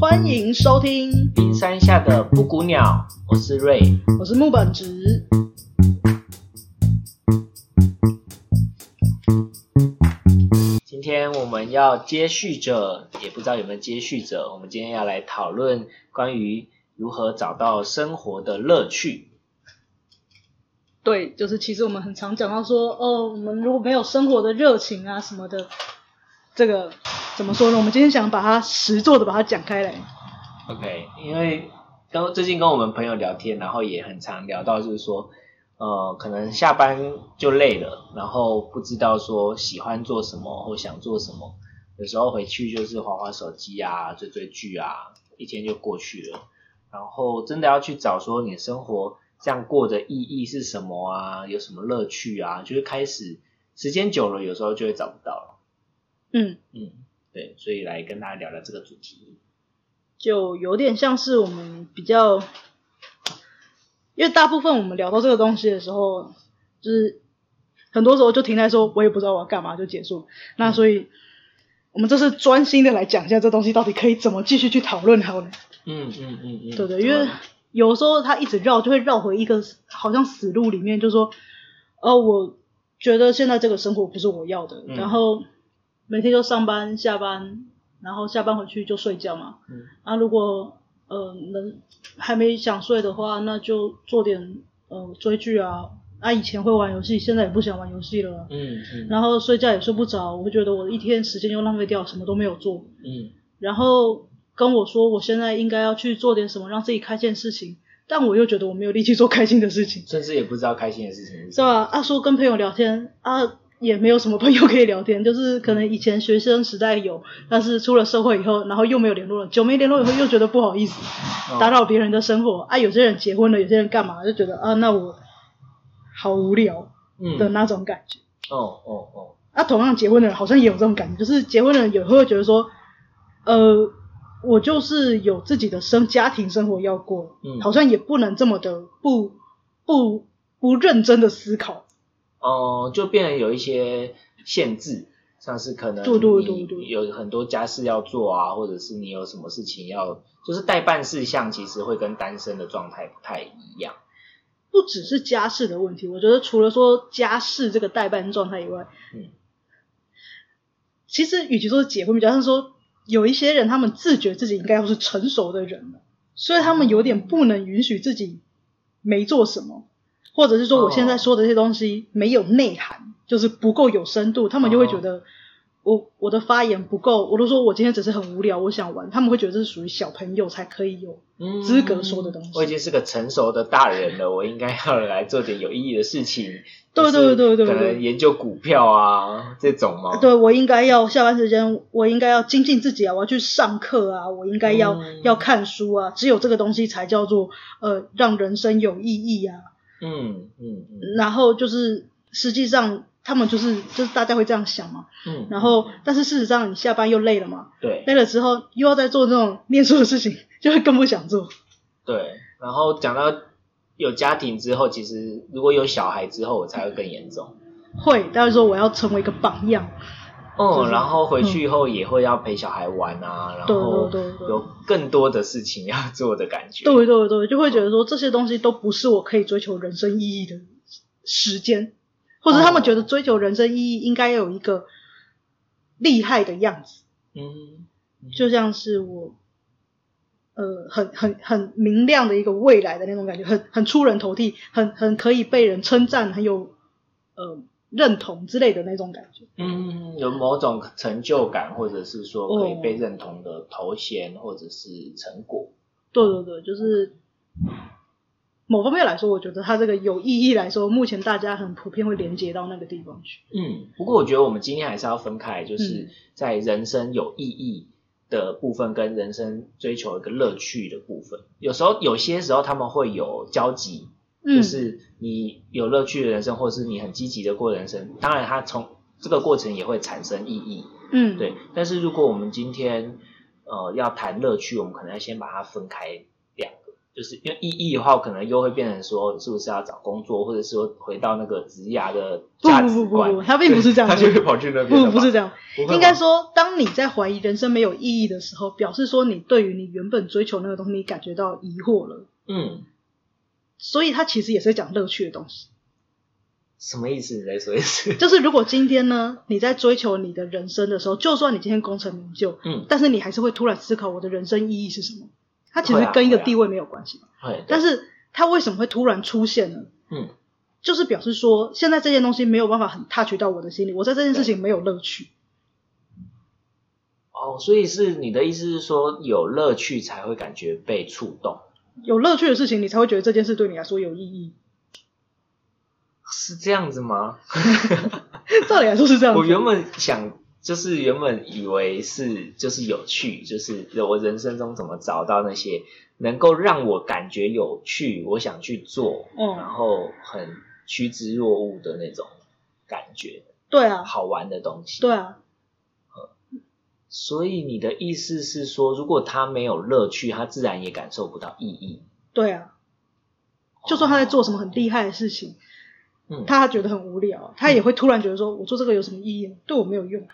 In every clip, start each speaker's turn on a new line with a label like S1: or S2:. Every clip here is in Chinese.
S1: 欢迎收听，
S2: 冰山下的布谷鸟，我是瑞。
S1: 我是木本直。
S2: 今天我们要接续着，也不知道有没有接续着，我们今天要来讨论关于如何找到生活的乐趣。
S1: 对，就是其实我们很常讲到说，哦，我们如果没有生活的热情啊什么的，这个怎么说呢？我们今天想把它实做的把它讲开来。
S2: OK，因为刚最近跟我们朋友聊天，然后也很常聊到，就是说，呃，可能下班就累了，然后不知道说喜欢做什么或想做什么，有时候回去就是划划手机啊，追追剧啊，一天就过去了。然后真的要去找说你生活这样过的意义是什么啊，有什么乐趣啊，就是开始时间久了，有时候就会找不到了。
S1: 嗯，
S2: 嗯，对，所以来跟大家聊聊这个主题。
S1: 就有点像是我们比较，因为大部分我们聊到这个东西的时候，就是很多时候就停在说，我也不知道我要干嘛就结束。那所以，我们这次专心的来讲一下这东西到底可以怎么继续去讨论好了。
S2: 嗯嗯嗯嗯，
S1: 对不对？
S2: 怎
S1: 因
S2: 么
S1: 为有时候他一直绕，就会绕回一个好像死路里面，就说，呃，我觉得现在这个生活不是我要的，
S2: 嗯
S1: 然后每天就上班、下班，然后下班回去就睡觉嘛。
S2: 嗯
S1: 啊，如果呃能还没想睡的话，那就做点呃追剧啊。啊，以前会玩游戏，现在也不想玩游戏了。
S2: 嗯嗯
S1: 然后睡觉也睡不着，我会觉得我的一天时间又浪费掉，什么都没有做。
S2: 嗯
S1: 然后跟我说我现在应该要去做点什么让自己开心的事情，但我又觉得我没有力气做开心的事情，
S2: 甚至也不知道开心的事情是
S1: 是
S2: 什么。
S1: 吧？啊，说跟朋友聊天啊，也没有什么朋友可以聊天， 就是可能以前学生时代有，但是出了社会以后，然后又没有联络了，久没联络以后又觉得不好意思
S2: 哦
S1: 打扰别人的生活啊，有些人结婚了，有些人干嘛，就觉得啊，那我好无聊的
S2: 嗯，
S1: 那种感觉。
S2: 哦哦哦，
S1: 啊，同样结婚的人好像也有这种感觉，就是结婚的人也会觉得说，呃，我就是有自己的生家庭生活要过，
S2: 嗯
S1: 好像也不能这么的不不不认真的思考，
S2: 哦，就变得有一些限制，像是可能
S1: 对对对对
S2: 你有很多家事要做啊，或者是你有什么事情要，就是代办事项，其实会跟单身的状态不太一样。
S1: 不只是家事的问题，我觉得除了说家事这个代办状态以外，
S2: 嗯，
S1: 其实与其说是结婚，比较像是说有一些人他们自觉自己应该要是成熟的人了，所以他们有点不能允许自己没做什么，或者是说我现在说的这些东西没有内涵，就是不够有深度，他们就会觉得。我我的发言不够，我都说我今天只是很无聊，我想玩，他们会觉得这是属于小朋友才可以有
S2: 嗯
S1: 资格说的东西
S2: 我已经是个成熟的大人了，我应该要来做点有意义的事情。
S1: 对
S2: 就
S1: 对
S2: 是
S1: 对对
S2: 可
S1: 对
S2: 能研究股票啊这种吗？
S1: 对我应该要下班时间，我应该要精进自己啊，我要去上课啊，我应该要、
S2: 嗯
S1: 要看书啊，只有这个东西才叫做呃让人生有意义啊。
S2: 嗯嗯嗯
S1: 然后就是实际上他们就是就是大家会这样想嘛，
S2: 嗯，
S1: 然后但是事实上你下班又累了嘛，
S2: 对
S1: 累了之后又要再做那种念书的事情，就会更不想做。
S2: 对，然后讲到有家庭之后，其实如果有小孩之后，我才会更严重。
S1: 会，大家说我要成为一个榜样，就
S2: 哦，
S1: 是
S2: 然后回去以后也会要陪小孩玩啊，然
S1: 嗯对
S2: 后
S1: 对对对
S2: 有更多的事情要做的感觉。
S1: 对对对，就会觉得说这些东西都不是我可以追求人生意义的时间，或者他们觉得追求人生意义应该有一个厉害的样子，
S2: 嗯，
S1: 就像是我，呃，很很很明亮的一个未来的那种感觉，很很出人头地，很很可以被人称赞，很有呃认同之类的那种感觉。
S2: 嗯，有某种成就感，或者是说可以
S1: 哦
S2: 被认同的头衔或者是成果。
S1: 对对对，就是某方面来说，我觉得它这个有意义来说，目前大家很普遍会连接到那个地方去。
S2: 嗯，不过我觉得我们今天还是要分开，就是
S1: 嗯
S2: 在人生有意义的部分跟人生追求一个乐趣的部分，有时候有些时候他们会有交集，
S1: 嗯，
S2: 就是你有乐趣的人生，或是你很积极的过人生，当然它从这个过程也会产生意义，
S1: 嗯，
S2: 对。但是如果我们今天呃要谈乐趣，我们可能要先把它分开两个，就是因为意义的话，可能又会变成说，你是不是要找工作，或者是说回到那个职涯的
S1: 不
S2: 价
S1: 不
S2: 值
S1: 不不
S2: 观？
S1: 不，他并不是这样
S2: 他
S1: 子，
S2: 就会跑去那边
S1: 不
S2: 了吧。
S1: 不是这样，
S2: 不会吧
S1: 应该说，当你在怀疑人生没有意义的时候，表示说你对于你原本追求那个东西你感觉到疑惑了，
S2: 嗯，
S1: 所以他其实也是在讲乐趣的东西。
S2: 什么意思？你再说一次。
S1: 就是如果今天呢，你在追求你的人生的时候，就算你今天功成名就，
S2: 嗯，
S1: 但是你还是会突然思考我的人生意义是什么。它其实
S2: 会啊
S1: 跟一个
S2: 会啊
S1: 地位没有关系，
S2: 对，啊
S1: 但
S2: 嗯是
S1: 是它为什么会突然出现呢？
S2: 嗯，
S1: 就是表示说，现在这件东西没有办法很 touch 到我的心里，我在这件事情没有乐趣。
S2: 哦，所以是你的意思是说，有乐趣才会感觉被触动，
S1: 有乐趣的事情，你才会觉得这件事对你来说有意义。
S2: 是这样 子吗？
S1: 照理来说是这样子。
S2: 我原本想。就是原本以为是就是有趣，就是我人生中怎么找到那些能够让我感觉有趣，我想去做，然
S1: 嗯，
S2: 后很趋之若鹜的那种感觉，
S1: 对啊，
S2: 好玩的东西。
S1: 对啊，
S2: 所以你的意思是说，如果他没有乐趣，他自然也感受不到意义。
S1: 对啊。就算他在做什么很厉害的事情，
S2: 嗯，
S1: 他觉得很无聊，他也会突然觉得说，我做这个有什么意义呢？对我没有用。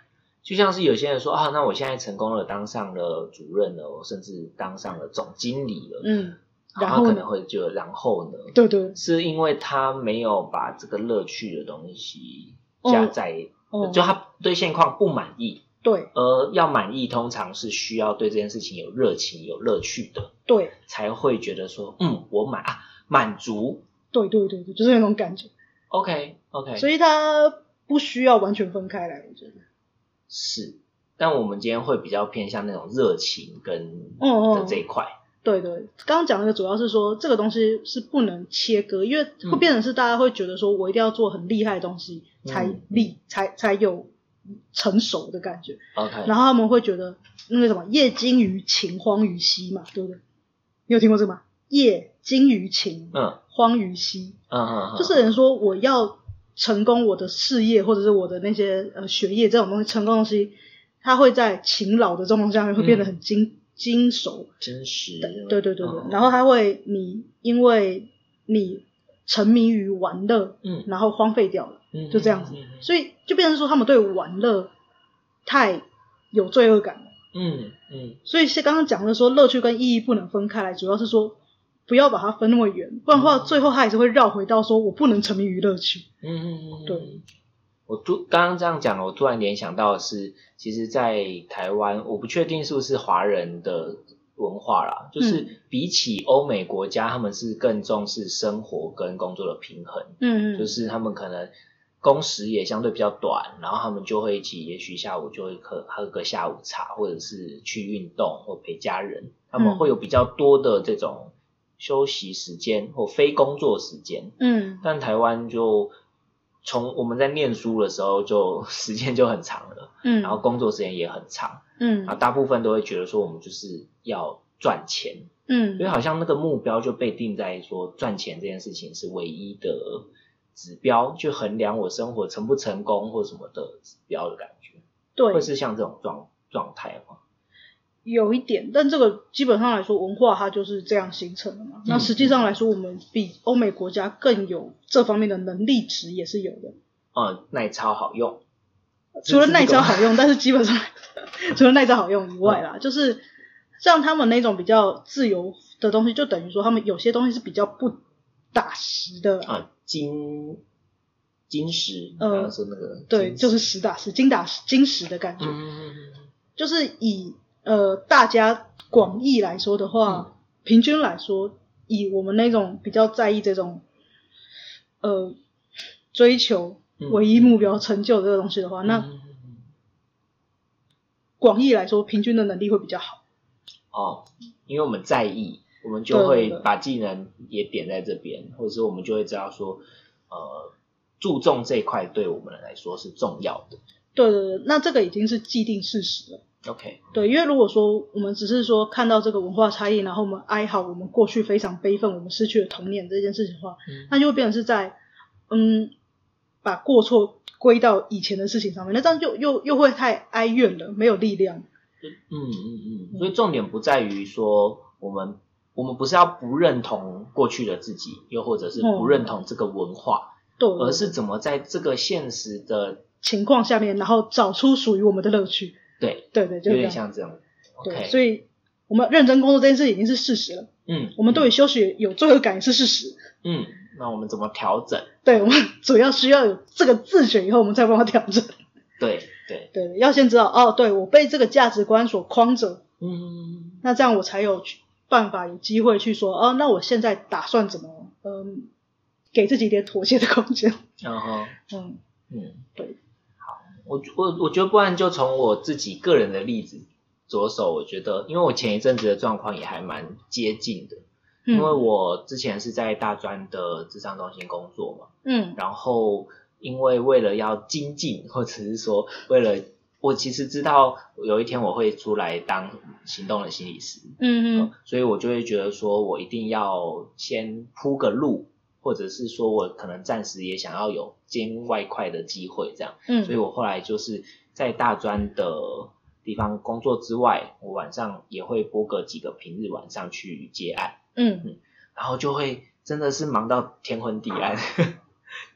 S2: 就像是有些人说啊，那我现在成功了，当上了主任了，我甚至当上了总经理了，
S1: 嗯，然
S2: 他
S1: 后
S2: 可能
S1: 呢？
S2: 会觉得然后呢，
S1: 嗯对对，
S2: 是因为他没有把这个乐趣的东西加在，
S1: 哦，
S2: 就他对现况不满意，
S1: 对
S2: 而要满意，通常是需要对这件事情有热情、有乐趣的，
S1: 对
S2: 才会觉得说，嗯，我满啊满足。
S1: 对对对对，就是那种感觉。
S2: OK OK，
S1: 所以他不需要完全分开来，我觉得。
S2: 是。但我们今天会比较偏向那种热情跟
S1: 嗯嗯
S2: 的这一块，
S1: 对对，刚刚讲那个主要是说这个东西是不能切割，因为会
S2: 嗯
S1: 变成是大家会觉得说我一定要做很厉害的东西才
S2: 嗯
S1: 厉、才才有成熟的感觉，
S2: OK，
S1: 然后他们会觉得那个什么业精于勤，荒于嬉嘛，对不对？你有听过这个吗？业精于勤，
S2: 嗯
S1: 荒于嬉，
S2: 嗯嗯，嗯
S1: 就是有人说我要成功我的事业或者是我的那些呃学业这种东西，成功的东西，它会在勤劳的状况下面会变
S2: 嗯
S1: 得很精、精熟。
S2: 真实，
S1: 对对对对，
S2: 嗯
S1: 然后他会你因为你沉迷于玩乐，
S2: 嗯
S1: 然后荒废掉了，
S2: 嗯
S1: 就这样子
S2: 嗯嗯
S1: 所以就变成说他们对玩乐太有罪恶感了。
S2: 嗯嗯
S1: 所以是刚刚讲的说乐趣跟意义不能分开来，主要是说不要把它分那么远，不然的话
S2: 嗯
S1: 最后它也是会绕回到说我不能沉迷于乐趣。
S2: 嗯嗯，嗯
S1: 对。
S2: 我突刚刚这样讲，我突然联想到的是，其实，在台湾，我不确定是不是华人的文化啦，就是比起欧美国家，他们是更重视生活跟工作的平衡。
S1: 嗯
S2: 就
S1: 嗯，
S2: 是他们可能工时也相对比较短，然后他们就会一起，也许下午就会喝喝个下午茶，或者是去运动或陪家人，他
S1: 嗯
S2: 们会有比较多的这种休息时间或非工作时间。
S1: 嗯
S2: 但台湾就从我们在念书的时候就 时间就很长了，
S1: 嗯，
S2: 然后工作时间也很长，
S1: 嗯
S2: 然后大部分都会觉得说我们就是要赚钱，
S1: 嗯
S2: 因为好像那个目标就被定在说赚钱这件事情是唯一的指标，去衡量我生活成不成功或什么的指标的感觉，
S1: 对
S2: 会，是像这种状状态哦吗？
S1: 有一点，但这个基本上来说，文化它就是这样形成的嘛。
S2: 嗯
S1: 那实际上来说，我们比欧美国家更有这方面的能力值也是有的。
S2: 嗯，耐操好用，
S1: 除了耐
S2: 啊这个
S1: 招
S2: 嗯吗
S1: 好用，但是基 本上除了耐招好用以外啦，就是像他们那种比较自由的东西，就等于说他们有些东西是比较不打实的啦，
S2: 啊，金金石，
S1: 嗯
S2: 刚刚说那个金石，
S1: 对，就是实打实、精打实、精实的感觉。
S2: 嗯，
S1: 就是以呃大家广义来说的话，
S2: 嗯
S1: 平均来说，以我们那种比较在意这种呃追求
S2: 嗯
S1: 唯一目标成就的这个东西的话，那
S2: 嗯
S1: 广义来说，平均的能力会比较好。
S2: 哦，因为我们在意，我们
S1: 对
S2: 就会
S1: 对对
S2: 把技能也点在这边，或者是我们就会知道说，呃，注重这一块对我们来说是重要的。
S1: 对对对，那这个已经是既定事实了。
S2: OK，
S1: 对，因为如果说我们只是说看到这个文化差异，然后我们哀嚎我们过去非常悲愤，我们失去了童年这件事情的话，那就会变成是在嗯把过错归到以前的事情上面，那这样就又又会太哀怨了，没有力量。
S2: 嗯嗯嗯嗯，所以重点不在于说我们我们不是要不认同过去的自己，又或者是不认同这个文化，
S1: 对，
S2: 而是怎么在这个现实的
S1: 情况下面，然后找出属于我们的乐趣。
S2: 对，
S1: 对对，就
S2: 有
S1: 是这
S2: 点
S1: 样。
S2: 像这样。
S1: 对，
S2: OK，
S1: 所以我们认真工作这件事已经是事实了，
S2: 嗯，
S1: 我们对于休息有罪恶感也是事实。
S2: 嗯，那我们怎么调整？
S1: 对，我们 主要需要有这个自觉以后，我们才有办法调整。
S2: 对对，
S1: 对，要先知道哦，对我被这个价值观所框着，
S2: 嗯
S1: 那这样我才有去办法有机会去说哦，那我现在打算怎么嗯，给自己一点妥协的空间。
S2: 然后
S1: 嗯，
S2: 嗯，
S1: 对，
S2: 我我我觉得不然就从我自己个人的例子着手，我觉得因为我前一阵子的状况也还蛮接近的，因为
S1: 嗯
S2: 我之前是在大专的智商中心工作嘛，
S1: 嗯
S2: 然后因为为了要精进，或者是说为了我其实知道有一天我会出来当行动的心理师，
S1: 嗯嗯
S2: 所以我就会觉得说我一定要先铺个路，或者是说我可能暂时也想要有兼外快的机会这样。
S1: 嗯，
S2: 所以我后来就是在大专的地方工作之外，我晚上也会播个几个平日晚上去接案，
S1: 嗯
S2: 然后就会真的是忙到天昏地暗，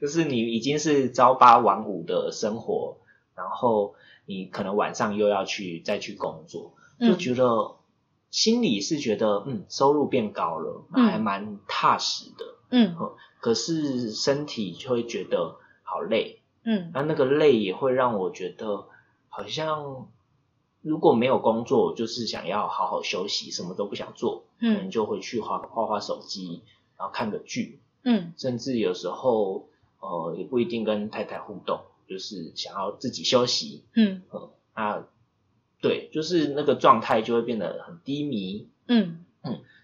S2: 就是你已经是朝八晚五的生活，然后你可能晚上又要去再去工作，就
S1: 嗯
S2: 觉得心里是觉得嗯收入变高了，
S1: 嗯
S2: 还蛮踏实的，
S1: 嗯
S2: 可是身体就会觉得好累，
S1: 嗯
S2: 那那个累也会让我觉得，好像如果没有工作，我就是想要好好休息，什么都不想做，可能
S1: 嗯
S2: 就回去画画画手机，然后看个剧，
S1: 嗯
S2: 甚至有时候呃也不一定跟太太互动，就是想要自己休息。
S1: 嗯
S2: 啊，对，就是那个状态就会变得很低迷，
S1: 嗯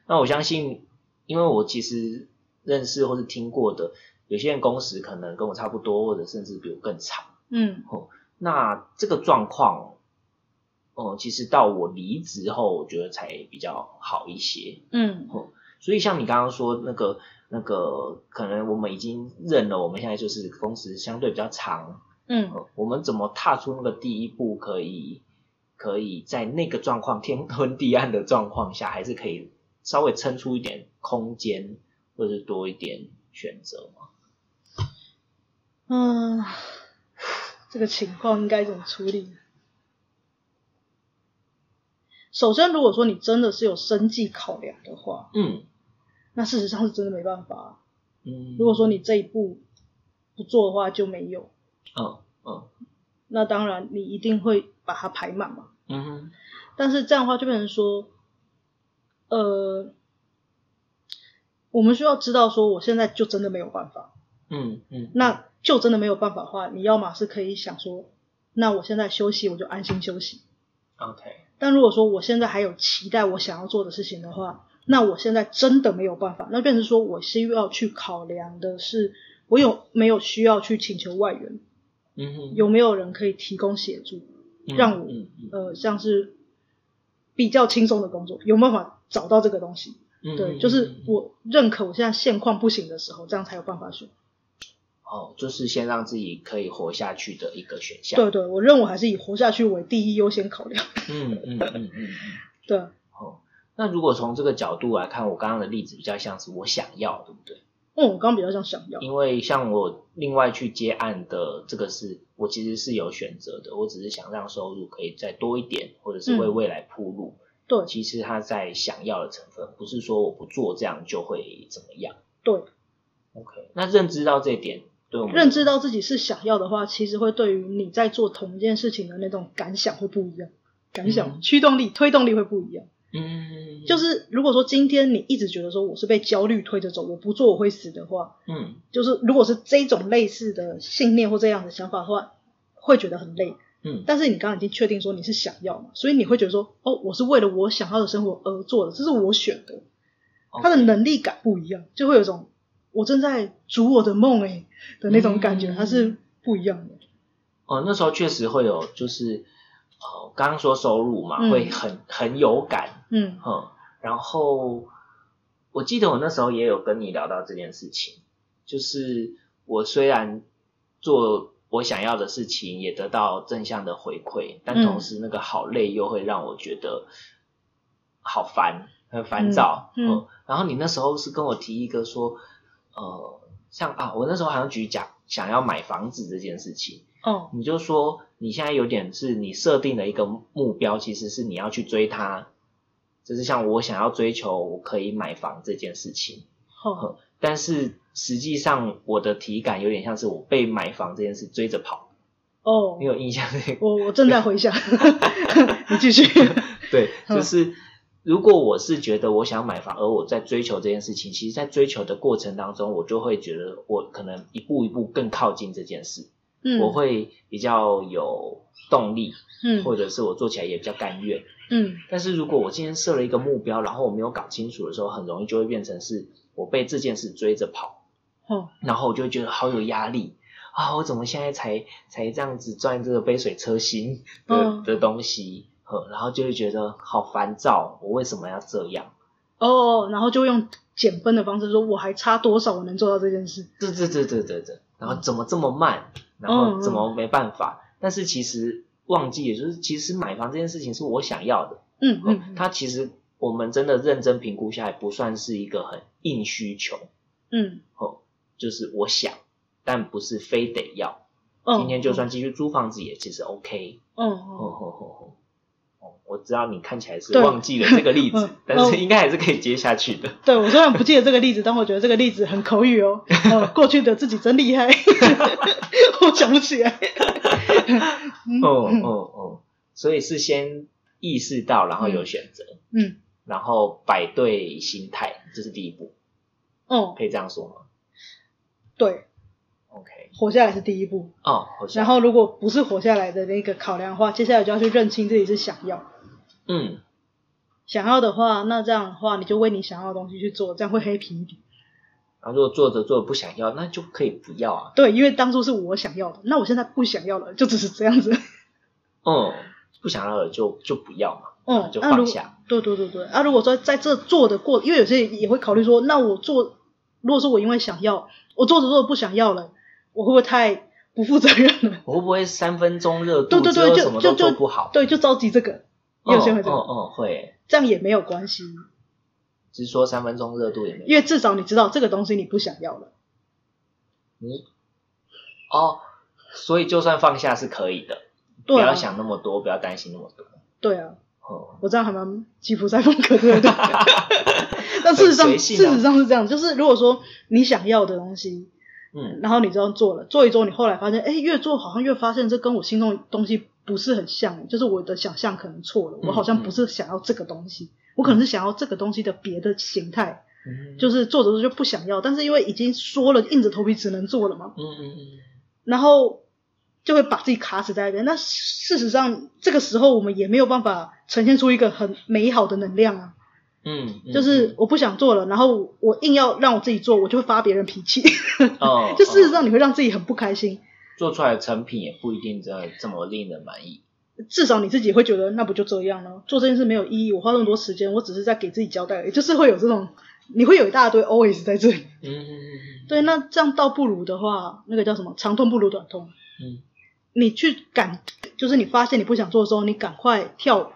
S2: 那我相信，因为我其实认识或是听过的，有些人工时可能跟我差不多，或者甚至比我更长。
S1: 嗯
S2: 那这个状况，哦、其实到我离职后，我觉得才比较好一些。
S1: 嗯
S2: 所以像你刚刚说那个那个，可能我们已经认了，我们现在就是工时相对比较长，
S1: 嗯
S2: 呃我们怎么踏出那个第一步，可以可以在那个状况天昏地暗的状况下，还是可以稍微撑出一点空间，或者是多一点选择嘛？
S1: 嗯，这个情况应该怎么处理？首先，如果说你真的是有生计考量的话，
S2: 嗯
S1: 那事实上是真的没办法。
S2: 嗯，
S1: 如果说你这一步不做的话，就没有。
S2: 嗯嗯
S1: 那当然，你一定会把它排满嘛。
S2: 嗯哼
S1: 但是这样的话，就变成说，呃，我们需要知道说，我现在就真的没有办法。
S2: 嗯嗯，
S1: 那就真的没有办法的话，你要么是可以想说，那我现在休息，我就安心休息。
S2: OK，
S1: 但如果说我现在还有期待我想要做的事情的话，那我现在真的没有办法，那变成说我需要去考量的是，我有没有需要去请求外援，
S2: 嗯哼，
S1: 有没有人可以提供协助，
S2: 嗯
S1: 让我
S2: 嗯嗯
S1: 呃，像是比较轻松的工作，有没有办法找到这个东西？
S2: 嗯
S1: 对，
S2: 嗯
S1: 就是
S2: 嗯嗯
S1: 我认可我现在现况不行的时候，这样才有办法选。
S2: 哦，就是先让自己可以活下去的一个选项。
S1: 对对，我认为还是以活下去为第一优先考量。
S2: 嗯，嗯嗯嗯嗯嗯。
S1: 对，
S2: 哦，那如果从这个角度来看，我刚刚的例子比较像是我想要，对不对？
S1: 因为我刚刚比较像想要，
S2: 因为像我另外去接案的这个是，我其实是有选择的，我只是想让收入可以再多一点，或者是为
S1: 嗯
S2: 未来铺路。
S1: 对
S2: 其实它在想要的成分，不是说我不做这样就会怎么样。
S1: 对，
S2: OK，那认知到这一点，对我们
S1: 认知到自己是想要的话，其实会对于你在做同一件事情的那种感想会不一样，感想、
S2: 嗯
S1: 驱动力、推动力会不一样。
S2: 嗯，
S1: 就是如果说今天你一直觉得说我是被焦虑推着走，我不做我会死的话，
S2: 嗯
S1: 就是如果是这种类似的信念或这样的想法的话，会觉得很累。
S2: 嗯
S1: 但是你刚刚已经确定说你是想要嘛，所以你会觉得说，哦，我是为了我想要的生活而做的，这是我选的。他的能力感不一样，就会有一种我正在逐我的梦哎、的那种感觉，
S2: 嗯
S1: 它是不一样的。
S2: 哦，那时候确实会有，就是哦，刚刚说收入嘛，
S1: 嗯
S2: 会很很有感，
S1: 嗯
S2: 嗯，然后我记得我那时候也有跟你聊到这件事情，就是我虽然做我想要的事情，也得到正向的回馈，但
S1: 嗯
S2: 同时那个好累又会让我觉得好烦，很烦躁，
S1: 嗯嗯
S2: 然后你那时候是跟我提一个说，呃，像啊，我那时候好像举讲想要买房子这件事情，
S1: 哦，
S2: 你就说你现在有点是你设定了一个目标，其实是你要去追它，就是像我想要追求我可以买房这件事情，
S1: 好，
S2: 但是实际上我的体感有点像是我被买房这件事追着跑，
S1: 哦
S2: 你，有印象这个？
S1: 我我正在回想，你继续。
S2: 对，
S1: 嗯
S2: 就是如果我是觉得我想买房，而我在追求这件事情，其实在追求的过程当中，我就会觉得我可能一步一步更靠近这件事，
S1: 嗯，
S2: 我，会比较有动力，
S1: 嗯
S2: 或者是我做起来也比较甘愿。
S1: 嗯
S2: 但是如果我今天设了一个目标，然后我没有搞清楚的时候，很容易就会变成是我被这件事追着跑，
S1: 哦，
S2: 然后我就会觉得好有压力啊！我怎么现在才才这样子赚这个杯水车薪的、
S1: 嗯
S2: 的东西？呵，然后就会觉得好烦躁，哦我为什么要这样？
S1: 哦，然后就用减分的方式说，我还差多少，我能做到这件事。
S2: 对对对对对对，然后怎么这么慢？然后怎么没办法？但是其实忘记，也就是其实买房这件事情是我想要的，
S1: 嗯
S2: 嗯
S1: 嗯，
S2: 它其实我们真的认真评估下来，不算是一个很硬需求。
S1: 嗯，
S2: 哦，就是我想，但不是非得要。
S1: 哦
S2: 今天就，算继续租房子也其实 OK。
S1: 哦
S2: 哦
S1: 哦，
S2: 哦哦哦，我知道你看起来是
S1: 对
S2: 忘记了这个例子
S1: 嗯，
S2: 但是应该还是可以接下去的。
S1: 对我虽然不记得这个例子，但我觉得这个例子很口语 哦。哦，过去的自己真厉害，我想不起来。嗯
S2: 哦哦哦，所以是先意识到，然后有选择，
S1: 嗯，
S2: 然后摆对心态，这是第一步，
S1: 哦，
S2: 可以这样说吗
S1: 对，
S2: ？OK，
S1: 活下来是第一步。
S2: 哦，好像
S1: 然后如果不是活下来的那个考量的话，接下来就要去认清自己是想要。
S2: 嗯，
S1: 想要的话，那这样的话，你就为你想要的东西去做，这样会黑皮一点。
S2: 然后如果做着做着不想要，那就可以不要啊。
S1: 对，因为当初是我想要的，那我现在不想要了，就只是这样子。
S2: 嗯，不想要了就就不要嘛，
S1: 嗯，
S2: 就
S1: 那如
S2: 放下。
S1: 对对对对，啊，如果说在这做的过，因为有些也会考虑说，那我做，如果说我因为想要，我做着做着不想要了，我会不会太不负责任了？
S2: 我会不会三分钟热
S1: 对
S2: 度
S1: 对
S2: 之后
S1: 对，
S2: 什么
S1: 就就
S2: 都做
S1: 就
S2: 不好？
S1: 对，就着急这个，也有些会这
S2: 哦
S1: 样，
S2: 哦哦会，
S1: 这样也没有关系，
S2: 只是说三分钟热度也没有。
S1: 因为至少你知道这个东西你不想要了。
S2: 你哦，所以就算放下是可以的，
S1: 对
S2: 不
S1: 啊
S2: 要想那么多，不要担心那么多。
S1: 对啊，
S2: 哦，
S1: 我这样还蛮吉普赛风格对不 对？但事实上，
S2: 很随
S1: 事
S2: 性啊
S1: 实上是这样，就是如果说你想要的东西，
S2: 嗯
S1: 然后你这样做了，做一做，你后来发现，哎，越做好像越发现这跟我心中的东西不是很像，就是我的想象可能错了，
S2: 嗯
S1: 我好像不是想要这个东西，我可能是想要这个东西的别的形态，
S2: 嗯，
S1: 就是做着做着就不想要，但是因为已经说了，硬着头皮只能做了嘛，
S2: 嗯嗯嗯，
S1: 然后就会把自己卡死在那边。那事实上，这个时候我们也没有办法呈现出一个很美好的能量啊，
S2: 嗯，嗯
S1: 就是我不想做了，然后我硬要让我自己做，我就会发别人脾 气，
S2: 哦
S1: 就事实上
S2: 哦
S1: 你会让自己很不开心。
S2: 做出来的成品也不一定真的这么令人满意。
S1: 至少你自己会觉得那不就这样了，做这件事没有意义，我花那么多时间，我只是在给自己交代而已，就是会有这种，你会有一大堆 always 在这里。
S2: 嗯嗯嗯
S1: 对，那这样倒不如的话，那个叫什么，长痛不如短痛。
S2: 嗯
S1: 你去赶，就是你发现你不想做的时候，你赶快跳，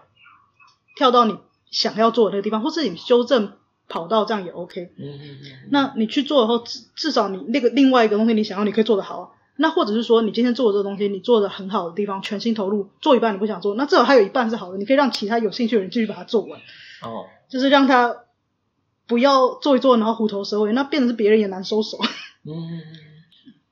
S1: 跳到你想要做的那个地方，或是你修正跑道，这样也 OK。
S2: 嗯嗯嗯，
S1: 那你去做以后，至至少你那个另外一个东西你想要，你可以做得好啊。那或者是说，你今天做的这个东西，你做的很好的地方，全心投入，做一半你不想做，那至少还有一半是好的，你可以让其他有兴趣的人继续把它做完，
S2: 哦，
S1: 就是让他不要做一做，然后虎头蛇尾，那变成是别人也难收手。
S2: 嗯嗯嗯。嗯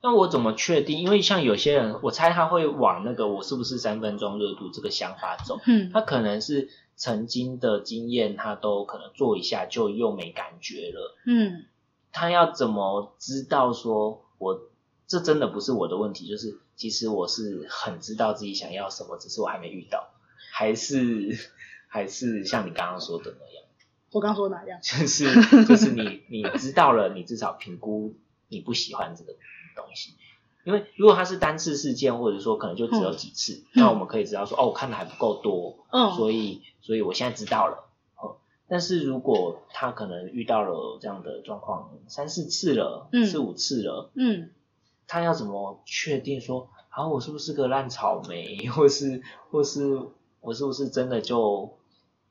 S2: 那我怎么确定？因为像有些人，我猜他会往那个我是不是三分钟热度这个想法走，
S1: 嗯
S2: 他可能是曾经的经验，他都可能做一下就又没感觉了。
S1: 嗯
S2: 他要怎么知道说我这真的不是我的问题？就是其实我是很知道自己想要什么，只是我还没遇到，还是还是像你刚刚说的那样，
S1: 我刚说哪样？
S2: 就是就是你你知道了，你至少评估你不喜欢这个东西。因为如果它是单次事件，或者说可能就只有几次，
S1: 嗯
S2: 那我们可以知道说，哦，我看的还不够多，
S1: 嗯
S2: 所以所以我现在知道了。哦，但是如果他可能遇到了这样的状况三四次了，
S1: 嗯
S2: 四五次了，
S1: 嗯
S2: 他要怎么确定说啊我是不是个烂草莓，或是或是我是不是真的就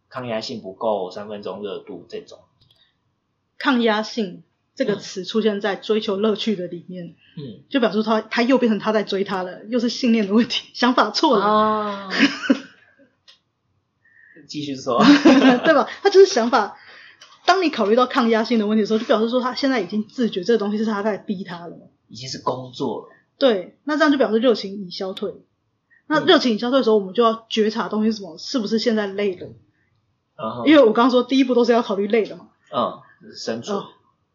S2: 抗压性不够、三分钟热度这种。
S1: 抗压性这个词出现在追求乐趣的里面，
S2: 嗯
S1: 就表示他他又变成他在追他了，又是信念的问题，想法错了，
S2: 啊，继续说，
S1: 对吧？他就是想法。当你考虑到抗压性的问题的时候，就表示说他现在已经自觉这个东西是他在逼他了。
S2: 已经是工作了。
S1: 对，那这样就表示热情已消退。那热情已消退的时候，我们就要觉察东西是什么，是不是现在累了？
S2: 然后
S1: 因为我刚刚说第一步都是要考虑累的嘛。
S2: 嗯，生存
S1: 哦，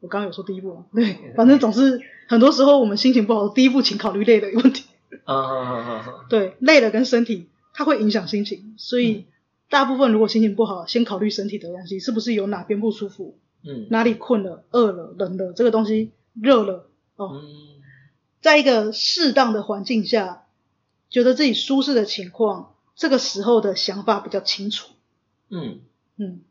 S1: 我刚刚有说第一步嘛，对，反正总是很多时候我们心情不好，第一步请考虑累的问题。
S2: 嗯嗯嗯嗯嗯
S1: 对，累了跟身体它会影响心情，所以大部分如果心情不好，先考虑身体的东西，是不是有哪边不舒服，
S2: 嗯
S1: 哪里困了、饿了、冷了，这个东西热了哦，
S2: 嗯
S1: 在一个适当的环境下，觉得自己舒适的情况，这个时候的想法比较清楚。
S2: 嗯，
S1: 嗯，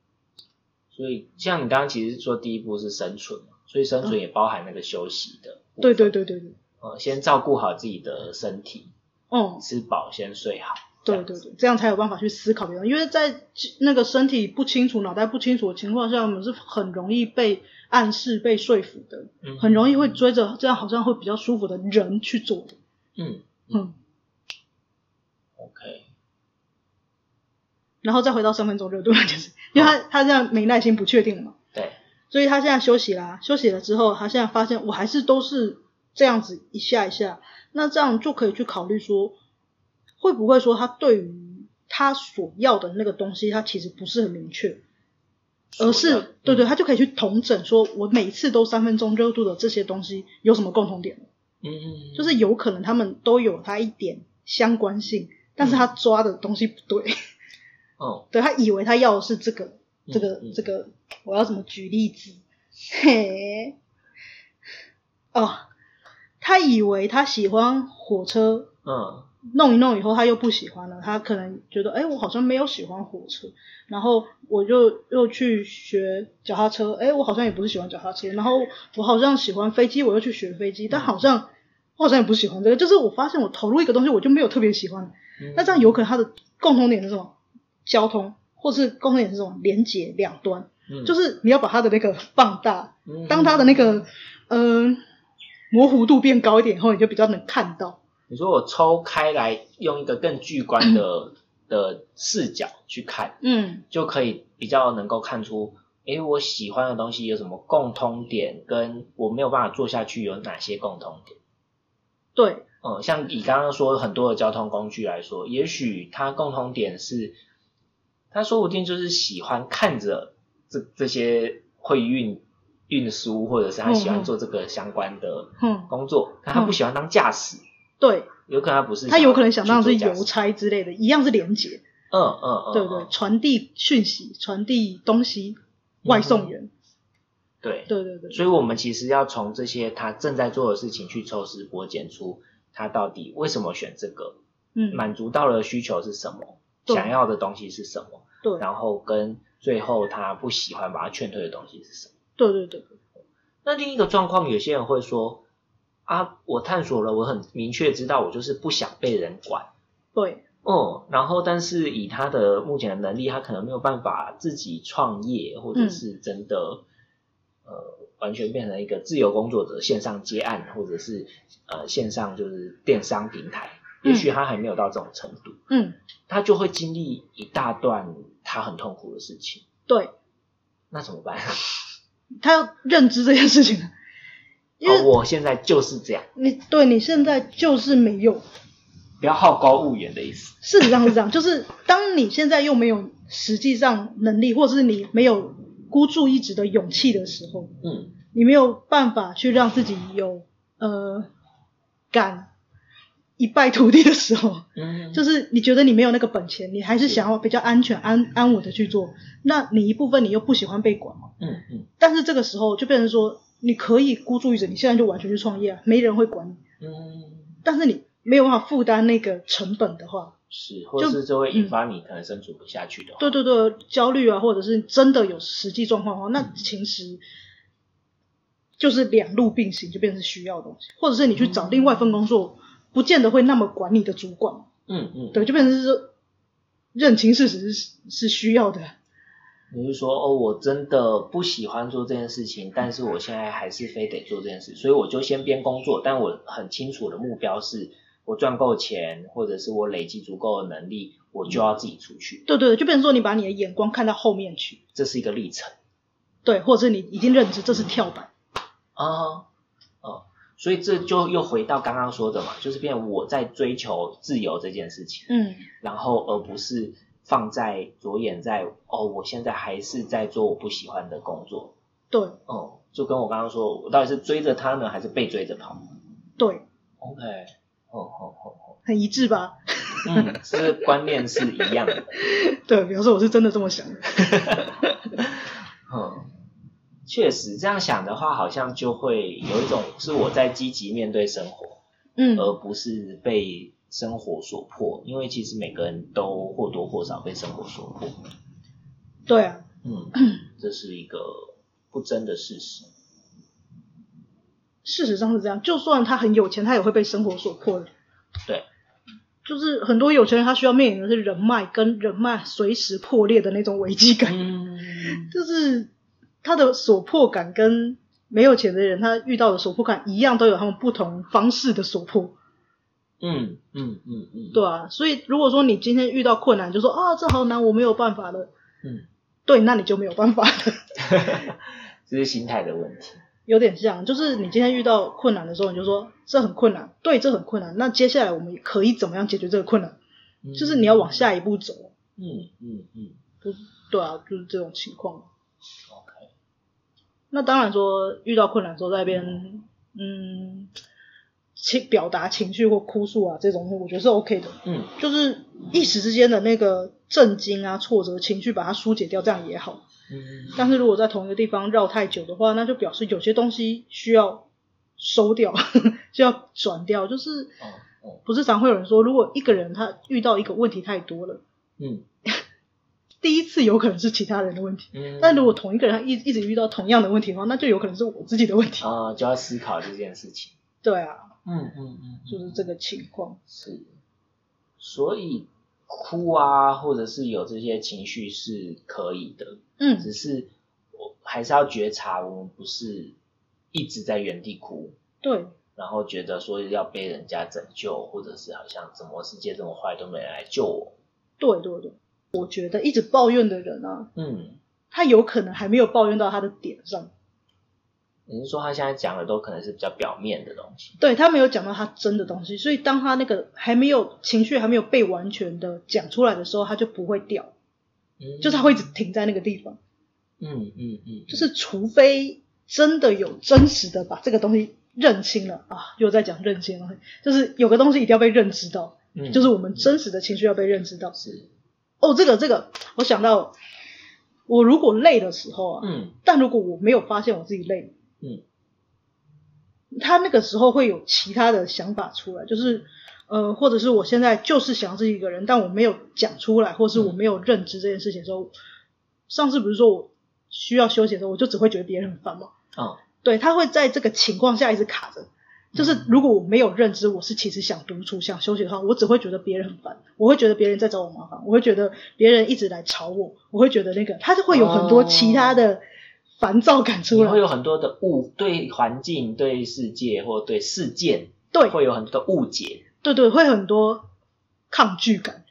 S2: 所以像你刚刚其实说第一步是生存嘛，所以生存也包含那个休息的
S1: 嗯
S2: 部分。
S1: 对对对对对，
S2: 呃，先照顾好自己的身体，
S1: 哦、
S2: 吃饱先睡好。这
S1: 对
S2: 样
S1: 对
S2: 子，
S1: 对，这样才有办法去思考别人。因为在那个身体不清楚、脑袋不清楚的情况下，我们是很容易被暗示、被说服的，
S2: 嗯
S1: 很容易会追着这样好像会比较舒服的人去做的。
S2: 嗯
S1: 嗯，
S2: ，OK，
S1: 然后再回到三分钟热度 那件事，因为他他这样没耐心、不确定嘛，
S2: 哦对，
S1: 所以他现在休息啦，休息了之后，他现在发现我还是都是这样子一下一下，那这样就可以去考虑说，会不会说他对于他所要的那个东西，他其实不是很明确，而
S2: 所嗯以
S1: 是对对，他就可以去统整，说我每次都三分钟热度的这些东西有什么共同点，
S2: 嗯嗯，
S1: 就是有可能他们都有他一点相关性，但是他
S2: 嗯
S1: 抓的东西不对，
S2: 哦，
S1: 对他以为他要的是这个
S2: 嗯
S1: 这个
S2: 嗯
S1: 这个，我要怎么举例子？嘿，哦，他以为他喜欢火车，
S2: 嗯
S1: 弄一弄以后他又不喜欢了，他可能觉得，哎，我好像没有喜欢火车，然后我就又去学脚踏车，哎，我好像也不是喜欢脚踏车，然后我好像喜欢飞机，我又去学飞机，但好像我好像也不喜欢这个，就是我发现我投入一个东西，我就没有特别喜欢，
S2: 嗯，
S1: 那这样有可能它的共同点是什么？交通，或是共同点是什么？连接两端，
S2: 嗯
S1: 就是你要把它的那个放大，
S2: 嗯
S1: 当它的那个嗯、呃模糊度变高一点以后，你就比较能看到。
S2: 你说我抽开来，用一个更巨观的的视角去看，
S1: 嗯，
S2: 就可以比较能够看出，诶，我喜欢的东西有什么共通点，跟我没有办法做下去有哪些共通点。
S1: 对，
S2: 嗯，像以刚刚说很多的交通工具来说，也许它共同点是，他说不定就是喜欢看着这这些会运运输，或者是他
S1: 嗯
S2: 喜
S1: 嗯
S2: 欢做这个相关的
S1: 嗯，
S2: 工作，但他不喜欢当驾驶，
S1: 对，
S2: 有可能他不是，
S1: 他有可能想到的是邮
S2: 差，
S1: 差之类的，一样是连接，
S2: 嗯嗯嗯，
S1: 对对，传递讯息、传递东西、外送员，
S2: 对
S1: 对对对，
S2: 所以我们其实要从这些他正在做的事情去抽丝剥茧出他到底为什么选这个，
S1: 嗯，
S2: 满足到了需求是什么，
S1: 对
S2: 想要的东西是什么。
S1: 对，
S2: 然后跟最后他不喜欢把他劝退的东西是什么？
S1: 对对对，
S2: 那另一个状况，有些人会说啊，我探索了，我很明确知道我就是不想被人管，
S1: 对，
S2: 哦、然后但是以他的目前的能力，他可能没有办法自己创业，或
S1: 嗯
S2: 者是真的、呃完全变成一个自由工作者，线上接案或者是呃线上就是电商平台，也许他还没有到这种程度，
S1: 嗯，
S2: 他就会经历一大段他很痛苦的事情，
S1: 对，
S2: 那怎么办？
S1: 他要认知这件事情，因为
S2: 哦，我现在就是这样，
S1: 你对你现在就是没有，
S2: 不要好高骛远的意思。
S1: 事实上是这样， 就是当你现在又没有实际上能力，或者是你没有孤注一掷的勇气的时候，
S2: 嗯
S1: 你没有办法去让自己有呃敢一败涂地的时候，
S2: 嗯，
S1: 就是是你觉得你没有那个本钱，你还是想要比较安全、安安稳的去做，那你一部分你又不喜欢被管嘛，
S2: 嗯嗯
S1: 但是这个时候就变成说，你可以孤注一掷，你现在就完全去创业啊，没人会管你，
S2: 嗯，
S1: 但是你没有办法负担那个成本的话，
S2: 是，或者是就会引发你可能生存不下去的话。
S1: 嗯对对对，焦虑啊，或者是真的有实际状况的话，那其实就是两路并行，就变成是需要的东西，或者是你去找另外一份工作，不见得会那么管你的主管，
S2: 嗯嗯，
S1: 对，就变成是说认清事实是是需要的，
S2: 你是说哦，我真的不喜欢做这件事情，但是我现在还是非得做这件事，所以我就先边工作，但我很清楚我的目标是，我赚够钱，或者是我累积足够的能力，我就要自己出去，
S1: 对对对，就变成说你把你的眼光看到后面去，
S2: 这是一个历程
S1: 对，或者是你已经认知这是跳板，
S2: 啊哦、所以这就又回到刚刚说的嘛，就是变成我在追求自由这件事情，
S1: 嗯，
S2: 然后而不是放在着眼在哦，我现在还是在做我不喜欢的工作，
S1: 对
S2: 哦、就跟我刚刚说，我到底是追着他呢，还是被追着跑
S1: 对，
S2: ？OK，哦哦哦哦，
S1: 很一致吧？
S2: 嗯， 这个观念是一样的，
S1: 对，比方说我是真的这么想的，
S2: 嗯，确实这样想的话，好像就会有一种是我在积极面对生活，
S1: 嗯，
S2: 而不是被生活所迫，因为其实每个人都或多或少被生活所迫，
S1: 对啊，
S2: 嗯， 这是一个不争的事实。
S1: 事实上是这样，就算他很有钱，他也会被生活所迫的。
S2: 对，
S1: 就是很多有钱人，他需要面临的是人脉跟人脉随时破裂的那种危机感，
S2: 嗯，
S1: 就是他的所迫感跟没有钱的人他遇到的所迫感一样，都有他们不同方式的所迫，
S2: 嗯嗯嗯嗯，
S1: 对，啊，所以如果说你今天遇到困难，就说啊这好难，我没有办法了，
S2: 嗯，
S1: 对，那你就没有办法了。
S2: 这是心态的问题。
S1: 有点像，就是你今天遇到困难的时候，你就说这很困难，对，这很困难。那接下来我们可以怎么样解决这个困难？
S2: 嗯
S1: 就是你要往，下一步走，
S2: 嗯嗯嗯
S1: 就是对啊，就是这种情况。
S2: ，OK，
S1: 那当然说遇到困难的时候在那边，嗯，情表达情绪或哭诉啊这种，我觉得是 OK 的。
S2: 嗯
S1: 就是一时之间的那个震惊啊、挫折情绪，把它疏解掉，这样也好。
S2: 嗯，
S1: 但是如果在同一个地方绕太久的话，那就表示有些东西需要收掉， 需要转掉。就是
S2: 哦哦，
S1: 不是常会有人说，如果一个人他遇到一个问题太多了，
S2: 嗯
S1: 第一次有可能是其他人的问题，
S2: 嗯，
S1: 但如果同一个人他一一直遇到同样的问题的话，那就有可能是我自己的问题。
S2: 啊、就要思考这件事情。
S1: 对啊，
S2: 嗯嗯嗯，
S1: 就是这个情况。
S2: 是，所以哭啊，或者是有这些情绪是可以的，
S1: 嗯，
S2: 只是我还是要觉察，我们不是一直在原地哭，
S1: 对
S2: 然后觉得说要被人家拯救，或者是好像怎么世界这么坏都没人来救我。
S1: 对对对，我觉得一直抱怨的人啊，
S2: 嗯，
S1: 他有可能还没有抱怨到他的点上，
S2: 你是说他现在讲的都可能是比较表面的东西？
S1: 对他没有讲到他真的东西，所以当他那个还没有情绪还没有被完全的讲出来的时候，他就不会掉，
S2: 嗯，
S1: 就是他会一直停在那个地方。
S2: 嗯嗯嗯，
S1: 就是除非真的有真实的把这个东西认清了啊，又在讲认清了，就是有个东西一定要被认知到，
S2: 嗯
S1: 就是我们真实的情绪要被认知到。
S2: 是
S1: 哦，这个这个，我想到我如果累的时候啊，
S2: 嗯
S1: 但如果我没有发现我自己累，
S2: 嗯
S1: 他那个时候会有其他的想法出来，就是呃，或者是我现在就是想自己一个人，但我没有讲出来，或是我没有认知这件事情的时候，上次不是说我需要休息的时候，我就只会觉得别人很烦吗？
S2: 哦
S1: 对他会在这个情况下一直卡着。就是如果我没有认知，我是其实想独处、想休息的话，我只会觉得别人很烦，我会觉得别人在找我麻烦，我会觉得别人一直来吵我，我会觉得那个，他就会有很多其他的烦躁感出
S2: 你
S1: 来。
S2: 会有很多的误对环境、对世界或对事件，
S1: 对
S2: 会有很多的误解，
S1: 对对，会很多抗拒感，
S2: 嗯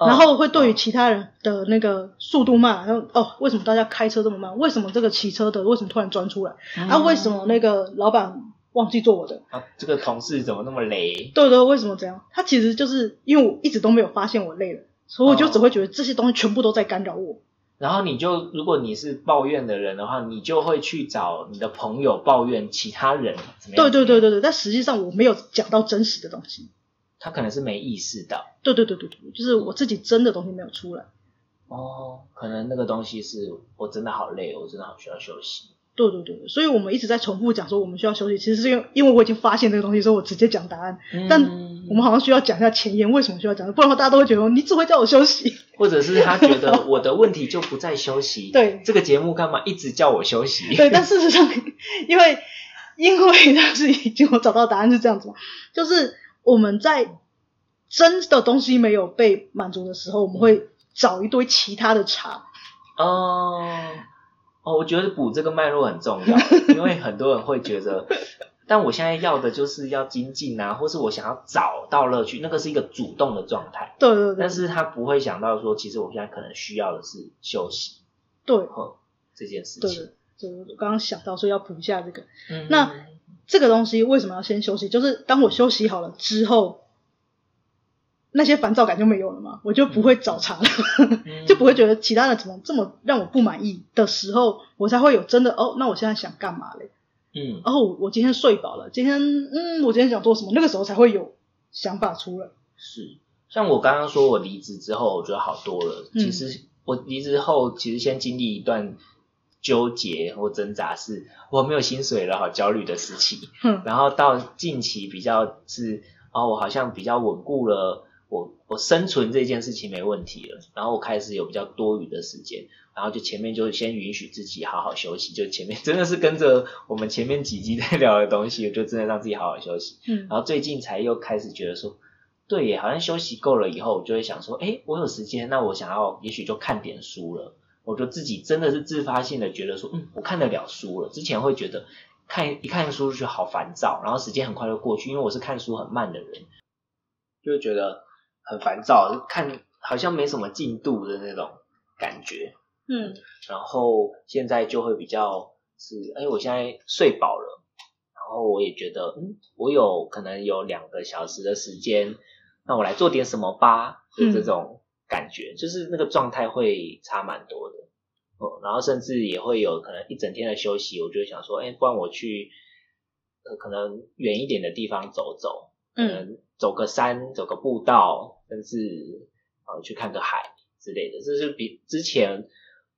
S2: 哦
S1: 然后会对于其他人的那个速度慢，然后哦，为什么大家开车这么慢？为什么这个骑车的为什么突然钻出来？
S2: 嗯
S1: 啊，为什么那个老板忘记做我的？
S2: 啊这个同事怎么那么雷？
S1: 对对，为什么这样？他其实就是因为我一直都没有发现我累了，所以我就
S2: 哦
S1: 只会觉得这些东西全部都在干扰我。
S2: 然后你就如果你是抱怨的人的话，你就会去找你的朋友抱怨其他人怎么样？
S1: 对对对，对对，但实际上我没有讲到真实的东西。
S2: 他可能是没意识到
S1: 对对对对对，就是我自己真的东西没有出来。
S2: 哦，可能那个东西是我真的好累，我真的好需要休息。
S1: 对对对，对所以我们一直在重复讲说我们需要休息，其实是因为因为我已经发现这个东西，所以我直接讲答案。但
S2: 嗯
S1: 我们好像需要讲一下前言，为什么需要讲？不然的话大家都会觉得你只会叫我休息。
S2: 或者是他觉得我的问题就不在休息，
S1: 对
S2: 这个节目干嘛一直叫我休息？
S1: 对，但事实上，因为因为当时已经我找到答案是这样子嘛，就是我们在真的东西没有被满足的时候，我们会找一堆其他的茬，
S2: 哦，哦，我觉得补这个脉络很重 要，因为很多人会觉得，但我现在要的就是要精进啊，或是我想要找到乐趣，那个是一个主动的状态，
S1: 对对对
S2: 但是他不会想到说，其实我现在可能需要的是休息，
S1: 对
S2: 哦，这件事
S1: 对
S2: 情。
S1: 对，就是我刚刚想到说要补一下这个，
S2: 嗯
S1: 那这个东西为什么要先休息？就是当我休息好了之后，那些烦躁感就没有了嘛，我就不会找茬了，
S2: 嗯
S1: 就不会觉得其他人怎么这么让我不满意的时候，我才会有真的哦，那我现在想干嘛嘞？
S2: 嗯
S1: 哦，我今天睡饱了，今天嗯，我今天想做什么？那个时候才会有想法出来。
S2: 是，像我刚刚说，我离职之后，我觉得好多了。
S1: 嗯
S2: 其实我离职后，其实先经历一段纠结或挣扎是，我没有薪水了，好焦虑的时期。
S1: 哼，
S2: 然后到近期比较是，哦，我好像比较稳固了，我我生存这件事情没问题了，然后我开始有比较多余的时间，然后就前面就先允许自己好好休息，就前面真的是跟着我们前面几集在聊的东西，我就真的让自己好好休息。
S1: 嗯
S2: 然后最近才又开始觉得说，对耶，好像休息够了以后，我就会想说，哎，我有时间，那我想要也许就看点书了。我就自己真的是自发性的觉得说，嗯，我看得了书了。之前会觉得看一看书就好烦躁，然后时间很快就过去，因为我是看书很慢的人，就会觉得很烦躁，看好像没什么进度的那种感觉。
S1: 嗯
S2: 然后现在就会比较是，哎，我现在睡饱了，然后我也觉得，嗯，我有可能有两个小时的时间，那我来做点什么吧，就
S1: 嗯
S2: 这种感觉，就是那个状态会差蛮多的。哦，然后甚至也会有可能一整天的休息，我就会想说，哎，不然我去，呃，可能远一点的地方走走，可
S1: 嗯
S2: 能走个山，走个步道，甚至呃去看个海之类的，这是比之前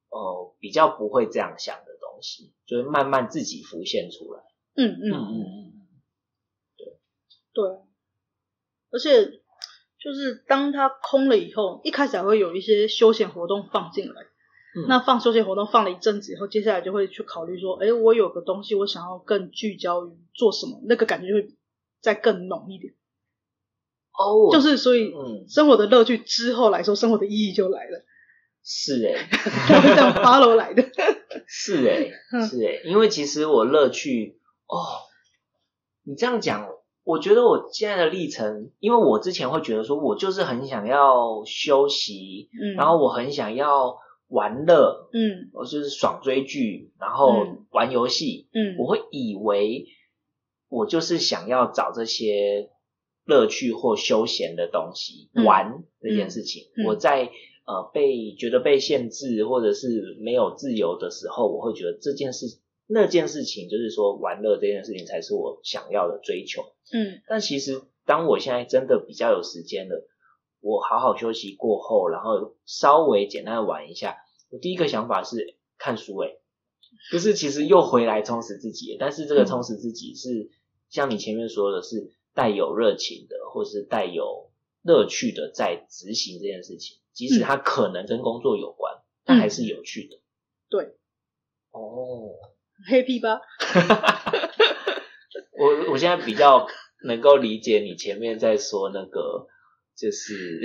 S2: 呃比较不会这样想的东西，就会慢慢自己浮现出来。
S1: 嗯嗯，
S2: 嗯
S1: 对。而且就是当它空了以后，一开始还会有一些休闲活动放进来。
S2: 嗯
S1: 那放休闲活动放了一阵子以后，接下来就会去考虑说，哎，我有个东西，我想要更聚焦于做什么，那个感觉就会再更浓一点。
S2: 哦，
S1: 就是是所以
S2: 嗯
S1: 生活的乐趣之后来说，生活的意义就来了，
S2: 是哎、
S1: 它是这 样 follow 来的。
S2: 是哎、
S1: 嗯
S2: 是哎、因为其实我乐趣哦，你这样讲，我觉得我现在的历程，因为我之前会觉得说我就是很想要休息，
S1: 嗯，
S2: 然后我很想要玩乐，
S1: 嗯
S2: 我就是爽追剧，然后
S1: 嗯
S2: 玩游戏，
S1: 嗯
S2: 我会以为我就是想要找这些乐趣或休闲的东西、
S1: 嗯
S2: 玩这件事情。
S1: 嗯嗯
S2: 我在呃被觉得被限制或者是没有自由的时候，我会觉得这件事那件事情就是说玩乐这件事情才是我想要的追求。
S1: 嗯
S2: 但其实当我现在真的比较有时间了，我好好休息过后，然后稍微简单的玩一下，我第一个想法是看书、欸，就是其实又回来充实自己了，但是这个
S1: 嗯
S2: 充实自己是、像你前面说的是带有热情的，或是带有乐趣的在执行这件事情，即
S1: 嗯
S2: 使它可能跟工作有关，但还是有趣的。
S1: 对，
S2: 哦，
S1: ，happy 吧？
S2: 我我现在比较能够理解你前面在说那个，就是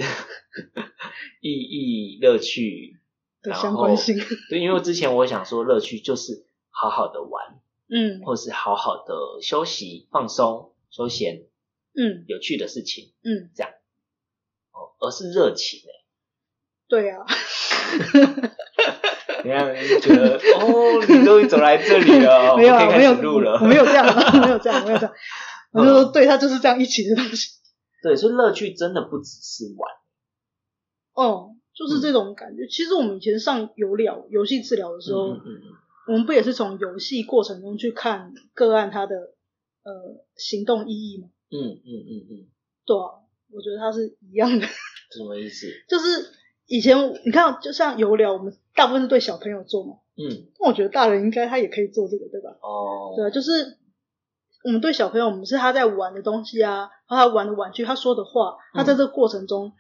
S2: 意义、乐趣
S1: 的
S2: 然
S1: 相关
S2: 后
S1: 性。
S2: 对，因为之前我想说乐趣就是好好的玩，
S1: 嗯
S2: 或是好好的休息、放松、休闲、
S1: 嗯
S2: 有趣的事情，
S1: 嗯，
S2: 哦，而是热情、欸。
S1: 对啊，
S2: 怎样？你觉 得哦，你终于走来这里 了，
S1: 没有
S2: 哦
S1: 啊，
S2: 我们
S1: 我
S2: 可
S1: 没
S2: 以
S1: 有
S2: 开始录了，哦
S1: 我没有这 样啊，我没有这样，我没有这样。我就说，对，它就是这样一起的东西。
S2: 对，所以乐趣真的不只是玩，
S1: 哦，就是
S2: 嗯
S1: 这种感觉。其实我们以前上游疗游戏治疗的时候，
S2: 嗯嗯
S1: 我们不也是从游戏过程中去看个案它的呃行动意义吗？
S2: 嗯嗯嗯嗯，
S1: 对啊，我觉得它是一样的。
S2: 什么意思？
S1: 就是以前你看，就像游疗，我们大部分是对小朋友做嘛，
S2: 嗯，
S1: 但我觉得大人应该他也可以做这个，对吧？
S2: 哦，
S1: 对，啊就是我们对小朋友，我们是他在玩的东西啊，然后他玩的玩具，他说的话，他在这个过程中，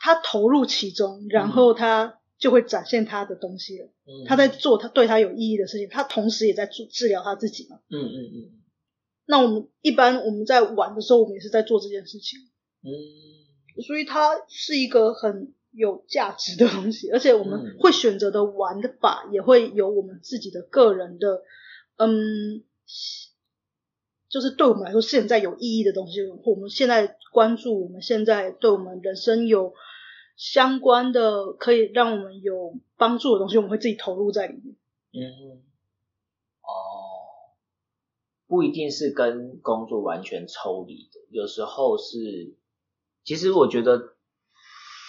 S1: 他投入其中，然后他就会展现他的东西了。
S2: 嗯，
S1: 他在做他对他有意义的事情，他同时也在治治疗他自己嘛。
S2: 嗯嗯嗯
S1: 那我们一般我们在玩的时候，我们也是在做这件事情，
S2: 嗯
S1: 所以它是一个很有价值的东西，而且我们
S2: 嗯
S1: 会选择的玩的法也会有我们自己的个人的，嗯，就是对我们来说现在有意义的东西，我们现在关注，我们现在对我们人生有相关的可以让我们有帮助的东西，我们会自己投入在里面。
S2: 嗯，哦，不一定是跟工作完全抽离的，有时候是，其实我觉得，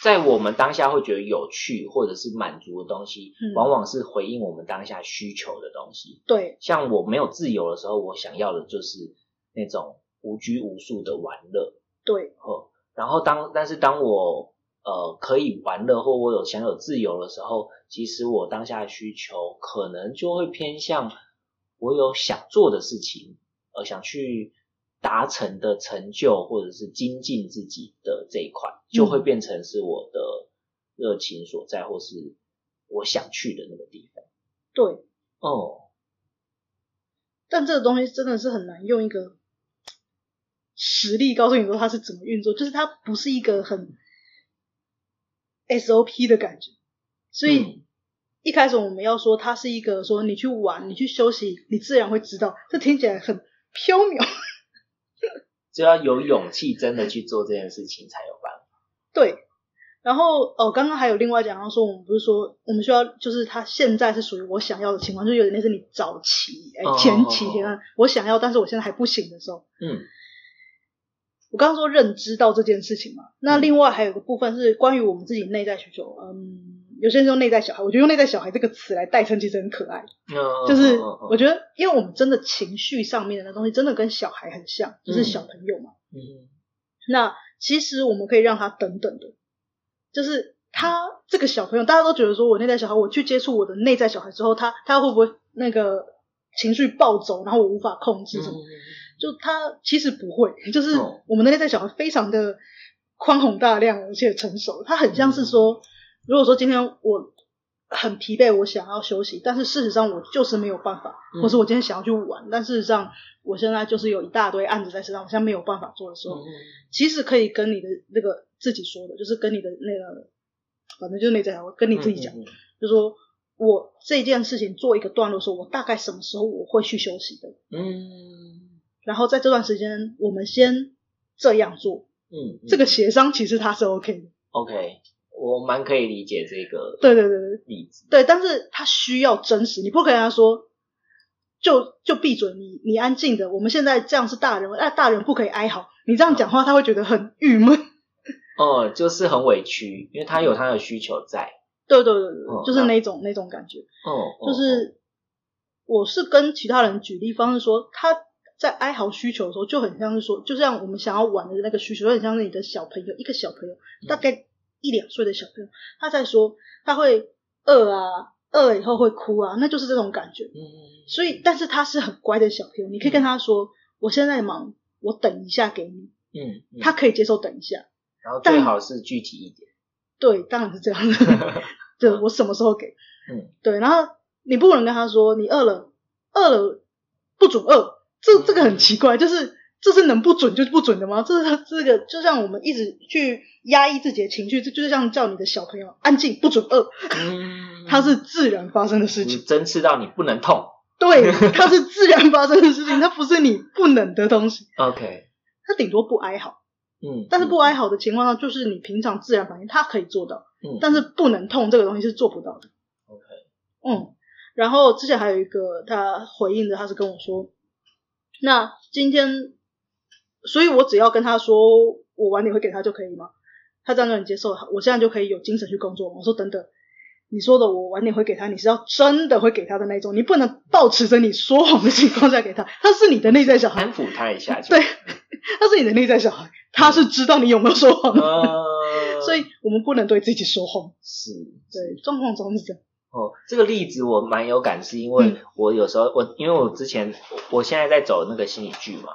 S2: 在我们当下会觉得有趣或者是满足的东西，
S1: 嗯
S2: 往往是回应我们当下需求的东西。
S1: 对，
S2: 像我没有自由的时候，我想要的就是那种无拘无束的玩乐。
S1: 对，
S2: 哦，然后当但是当我呃可以玩乐或我有享有自由的时候，其实我当下的需求可能就会偏向我有想做的事情，呃，想去达成的成就或者是精进自己的这一块，就
S1: 嗯
S2: 会变成是我的热情所在，或是我想去的那个地方。
S1: 对。
S2: 哦，
S1: 但这个东西真的是很难用一个实力告诉你说它是怎么运作，就是它不是一个很 SOP 的感觉。所以
S2: 嗯
S1: 一开始我们要说它是一个说你去玩、你去休息，你自然会知道。这听起来很飘渺，
S2: 就要有勇气真的去做这件事情才有办法。
S1: 对。然后哦，刚刚还有另外讲到说，我们不是说我们需要，就是它现在是属于我想要的情况，就有点类似你早期、哎
S2: 哦
S1: 前期
S2: 哦哦
S1: 阶段我想要，但是我现在还不行的时候，
S2: 嗯
S1: 我刚刚说认知到这件事情嘛，那
S2: 嗯
S1: 另外还有一个部分是关于我们自己内在需求。嗯，有些人用内在小孩，我觉得用内在小孩这个词来代称其实很可爱。
S2: 嗯，
S1: 就是
S2: 嗯嗯嗯
S1: 我觉得，因为我们真的情绪上面的那东西真的跟小孩很像，就是小朋友嘛。
S2: 嗯
S1: 那其实我们可以让他等等的，就是他这个小朋友，大家都觉得说我内在小孩，我去接触我的内在小孩之后，他他会不会那个情绪暴走，然后我无法控
S2: 嗯
S1: 制什么？就他其实不会，就是
S2: 哦
S1: 我们的内在小孩非常的宽宏大量，而且成熟。他很像
S2: 嗯
S1: 是说，如果说今天我很疲惫，我想要休息，但是事实上我就是没有办法，
S2: 嗯
S1: 或是我今天想要去玩，但事实上我现在就是有一大堆案子在身上，我现在没有办法做的
S2: 嗯
S1: 时候，其实可以跟你的那个自己说的，就是跟你的那个，反正就是内在小孩跟你自己讲，
S2: 嗯嗯嗯
S1: 就说我这件事情做一个段落的时候，我大概什么时候我会去休息的。
S2: 嗯
S1: 然后在这段时间，我们先这样做。
S2: 嗯，
S1: 这个协商其实它是 OK 的，
S2: OK，我蛮可以理解这个
S1: 对对对对
S2: 例子。
S1: 对，但是它需要真实，你不可以跟他说就就闭嘴，你你安静的，我们现在这样是大人，哎，大人不可以哀嚎，你这样讲话他会觉得很郁闷。
S2: 哦、就是很委屈，因为他有他的需求在。
S1: 对对对对对
S2: 嗯，
S1: 就是那种那种感觉，
S2: 哦、嗯，
S1: 就是我是跟其他人举例方式说，他在哀嚎需求的时候，就很像是说，就像我们想要玩的那个需求，就很像是你的小朋友，一个小朋友
S2: 嗯
S1: 大概一两岁的小朋友，他在说他会饿啊，饿了以后会哭啊，那就是这种感觉。
S2: 嗯
S1: 所以，但是他是很乖的小朋友，你可以跟他说，我现在忙，我等一下给你，
S2: 嗯嗯，
S1: 他可以接受等一下。
S2: 然后
S1: 但
S2: 最好是具体一点。
S1: 对，当然是这样的。 对，我什么时候给？
S2: 嗯，
S1: 对，然后你不能跟他说你饿了，饿了不准饿，这
S2: 嗯
S1: 这个很奇怪，就是这是能不准就不准的吗？这是这个就像我们一直去压抑自己的情绪，这就是像叫你的小朋友安静不准饿，
S2: 嗯，
S1: 它是自然发生的事
S2: 你
S1: 情，
S2: 针刺到你不能痛。
S1: 对，它是自然发生的事情，它不是你不能的东西，
S2: OK，
S1: 它顶多不哀嚎，
S2: 嗯，
S1: 但是不哀嚎的情况下，就是你平常自然反应，它可以做到。
S2: 嗯，嗯，
S1: 但是不能痛这个东西是做不到的。
S2: OK
S1: 嗯，然后之前还有一个他回应的，他是跟我说，那今天，所以我只要跟他说我晚点会给他就可以吗？他这样就能接受，我现在就可以有精神去工作吗？我说等等。你说的我晚点会给他，你是要真的会给他的那种，你不能保持着你说谎的情况下给他，他是你的内在小孩，
S2: 安抚他一下就。
S1: 对，他是你的内在小孩，他是知道你有没有说谎的，
S2: 呃，
S1: 所以我们不能对自己说谎。
S2: 是
S1: 对，状况中是这样。
S2: 哦，这个例子我蛮有感，是因为
S1: 嗯
S2: 我有时候我因为我之前我我现在在走那个心理剧嘛，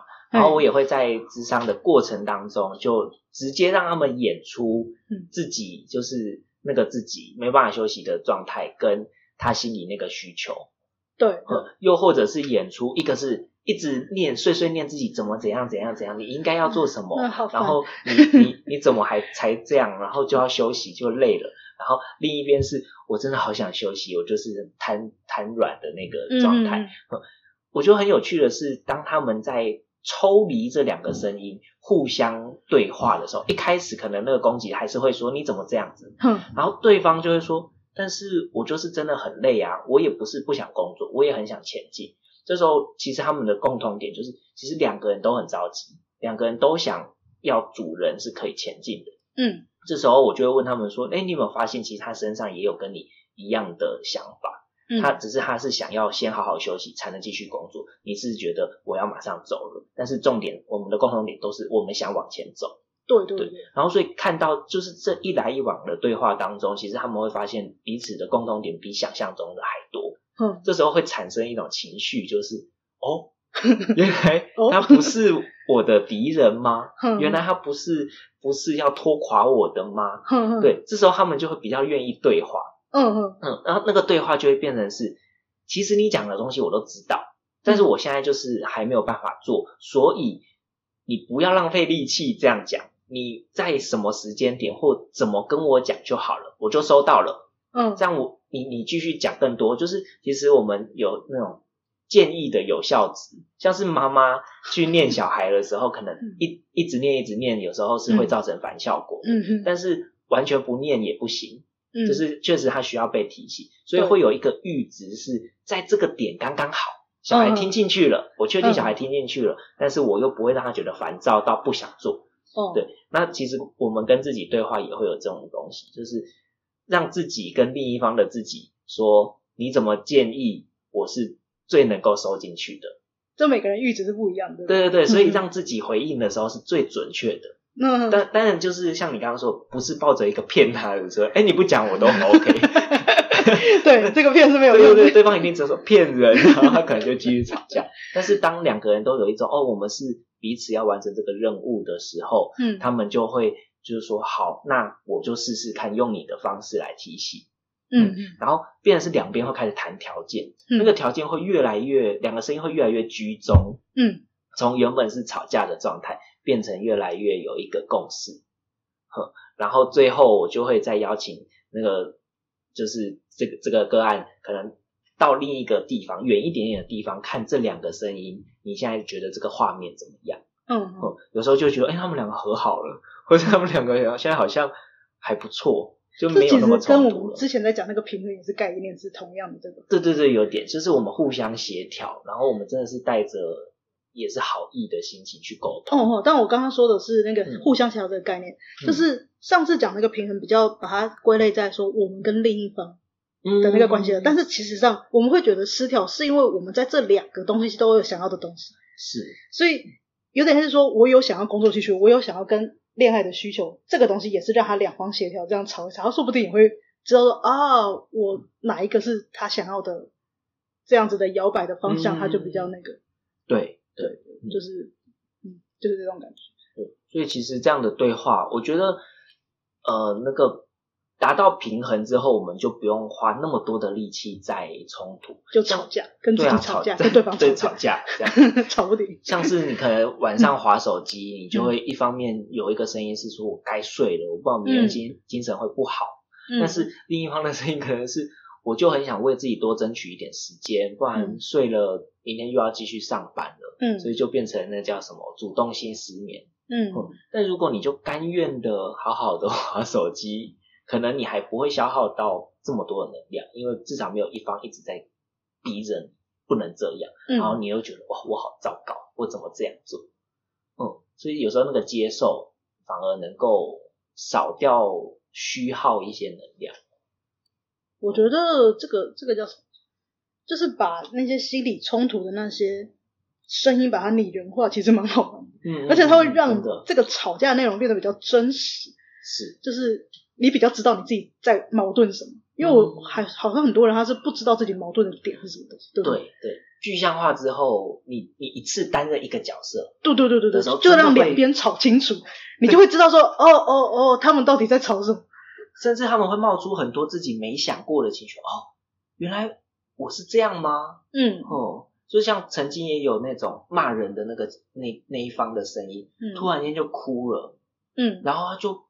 S1: 嗯
S2: 然后我也会在智商的过程当中，就直接让他们演出
S1: 嗯
S2: 自己就是那个自己没办法休息的状态，跟他心里那个需求，
S1: 对，
S2: 哦呃，又或者是演出一个是一直念碎碎念自己怎么怎样怎样怎样，你应该要做什么，
S1: 嗯好烦
S2: 然后你你你怎么还才这样，然后就要休息就累了。然后另一边是我真的好想休息，我就是瘫瘫软的那个状态。
S1: 嗯
S2: 我觉得很有趣的是，当他们在抽离这两个声音互相对话的时候，一开始可能那个攻击还是会说你怎么这样子，
S1: 嗯哼，
S2: 然后对方就会说，但是我就是真的很累啊，我也不是不想工作，我也很想前进。这时候其实他们的共同点就是，其实两个人都很着急，两个人都想要主人是可以前进的。
S1: 嗯
S2: 这时候我就会问他们说，哎，你有没有发现，其实他身上也有跟你一样的想法？
S1: 嗯，
S2: 他只是他是想要先好好休息，才能继续工作。你是觉得我要马上走了，但是重点我们的共同点都是我们想往前走。
S1: 对对
S2: 对
S1: 对，
S2: 然后所以看到就是这一来一往的对话当中，其实他们会发现彼此的共同点比想象中的还多。
S1: 哼，
S2: 这时候会产生一种情绪，就是 哦，原来
S1: 哦嗯
S2: 他不是我的敌人吗？
S1: 哼
S2: 原来他不是不是要拖垮我的吗？
S1: 哼哼，，
S2: 对，这时候他们就会比较愿意对话。
S1: 嗯哼，
S2: 嗯，然后那个对话就会变成是，其实你讲的东西我都知道，但是我现在就是还没有办法做，所以你不要浪费力气这样讲，你在什么时间点或怎么跟我讲就好了，我就收到了。
S1: 嗯
S2: 这样我你你继续讲更多，就是其实我们有那种建议的有效值，像是妈妈去念小孩的时候，可能一一直念一直念，有时候是会造成反效果，
S1: 嗯哼，
S2: 但是完全不念也不行。
S1: 嗯
S2: 就是确实他需要被提醒，所以会有一个阈值是在这个点刚刚好，
S1: 嗯
S2: 小孩听进去了，我确定小孩听进去了，但是我又不会让他觉得烦躁到不想做。
S1: 哦，
S2: 对，那其实我们跟自己对话也会有这种东西，就是让自己跟另一方的自己说，你怎么建议我是最能够收进去的？
S1: 这每个人阈值是不一样的，
S2: 对对对，所以
S1: 嗯
S2: 让自己回应的时候是最准确的。
S1: 那
S2: 但当然就是像你刚刚说，不是抱着一个骗他的说，哎，你不讲我都很 OK。
S1: 对这个片是没有
S2: 对
S1: 用
S2: 对对，
S1: 的，
S2: 对方一定只是说骗人，然后他可能就继续吵 架。但是当两个人都有一种哦，我们是彼此要完成这个任务的时候，
S1: 嗯，
S2: 他们就会就是说好，那我就试试看用你的方式来提醒，
S1: 嗯
S2: 然后变成是两边会开始谈条件，
S1: 嗯
S2: 那个条件会越来越，两个声音会越来越居中，
S1: 嗯，
S2: 从原本是吵架的状态变成越来越有一个共识，呵，然后最后我就会再邀请那个就是这个这个个案可能。到另一个地方，远一点点的地方，看这两个声音，你现在觉得这个画面怎么样？
S1: 嗯嗯
S2: 哦，有时候就觉得，哎、他们两个和好了，或者他们两个现在好像还不错，就
S1: 这
S2: 没有
S1: 其
S2: 那么
S1: 实跟
S2: 冲
S1: 我
S2: 突
S1: 们
S2: 了。
S1: 之前在讲那个平衡也是概念是同样的，这个，
S2: 对对对，有点，就是我们互相协调，然后我们真的是带着也是好意的心情去沟通。
S1: 哦哦，但我刚刚说的是那
S2: 嗯
S1: 个互相协调这个概念，
S2: 嗯
S1: 就是上次讲那个平衡比较把它归类在说我们跟另一方的那个关系了，但
S2: 是
S1: 是其实上我们会觉得失调，是因为我们在这两个东西都有想要的东西，
S2: 是
S1: 所以有点像是说我有想要工作需求，我有想要跟恋爱的需求，这个东西也是让他两方协调，这样吵一吵，他说不定也会知道说啊，我哪一个是他想要的这样子的摇摆的方向，
S2: 嗯
S1: 他就比较那个，
S2: 对对，嗯
S1: 就是嗯，就是这种感觉，
S2: 所以其实这样的对话，我觉得呃那个达到平衡之后，我们就不用花那么多的力气在冲突，
S1: 就吵架，跟自
S2: 对
S1: 己
S2: 啊，
S1: 吵
S2: 吵
S1: 架，跟对方
S2: 对
S1: 吵
S2: 吵
S1: 架，
S2: 架这样。
S1: 吵不停，
S2: 像是你可能晚上划手机，你
S1: 嗯
S2: 就会一方面有一个声音是说我该睡了，我不知道明天精精神会不好，
S1: 嗯
S2: 但是另一方的声音可能是，我就很想为自己多争取一点时间，不然
S1: 嗯
S2: 睡了，明天又要继续上班了，
S1: 嗯
S2: 所以就变成那叫什么主动性失眠。
S1: 嗯
S2: 嗯但如果你就甘愿的好好的玩手机，可能你还不会消耗到这么多的能量，因为至少没有一方一直在逼着你不能这样，然后
S1: 嗯
S2: 你又觉得哇，我好糟糕，我怎么这样做？嗯，所以有时候那个接受反而能够少掉虚耗一些能量。
S1: 我觉得这个这个叫什么？就是把那些心理冲突的那些声音把它拟人化，其实蛮好玩的，
S2: 嗯，
S1: 而且它会
S2: 真
S1: 让
S2: 的
S1: 这个吵架内容变得比较真实，
S2: 是
S1: 就是你比较知道你自己在矛盾什么。因为我
S2: 嗯
S1: 还好像很多人他是不知道自己矛盾的点是什么东西，对不
S2: 对对具象化之后，你你一次担任一个角色，
S1: 对对对对
S2: 有时候
S1: 对，
S2: 真
S1: 就
S2: 的
S1: 让
S2: 会
S1: 两边吵清楚，你就会知道说，哦哦哦，他们到底在吵什么。
S2: 甚至他们会冒出很多自己没想过的情绪。哦，原来我是这样吗？
S1: 嗯
S2: 哦，就像曾经也有那种骂人的那个那那一方的声音，
S1: 嗯
S2: 突然间就哭了，
S1: 嗯
S2: 然后他就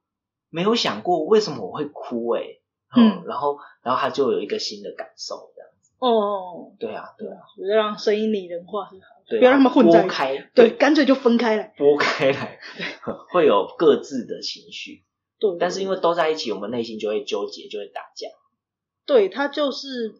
S2: 没有想过为什么我会哭哎、欸，
S1: 嗯
S2: 然后然后他就有一个新的感受，这样，
S1: 哦，
S2: 对啊，对啊，
S1: 我觉得让声音拟人化是好，
S2: 对啊，
S1: 不要让他们混在一
S2: 拨
S1: 起
S2: 开，
S1: 对，，干脆就分开来。
S2: 拨开来， 会有各自的情绪，
S1: 对，
S2: 但是因
S1: 为
S2: 为都在一起，我们内心就会纠结，就会打架，
S1: 对他就是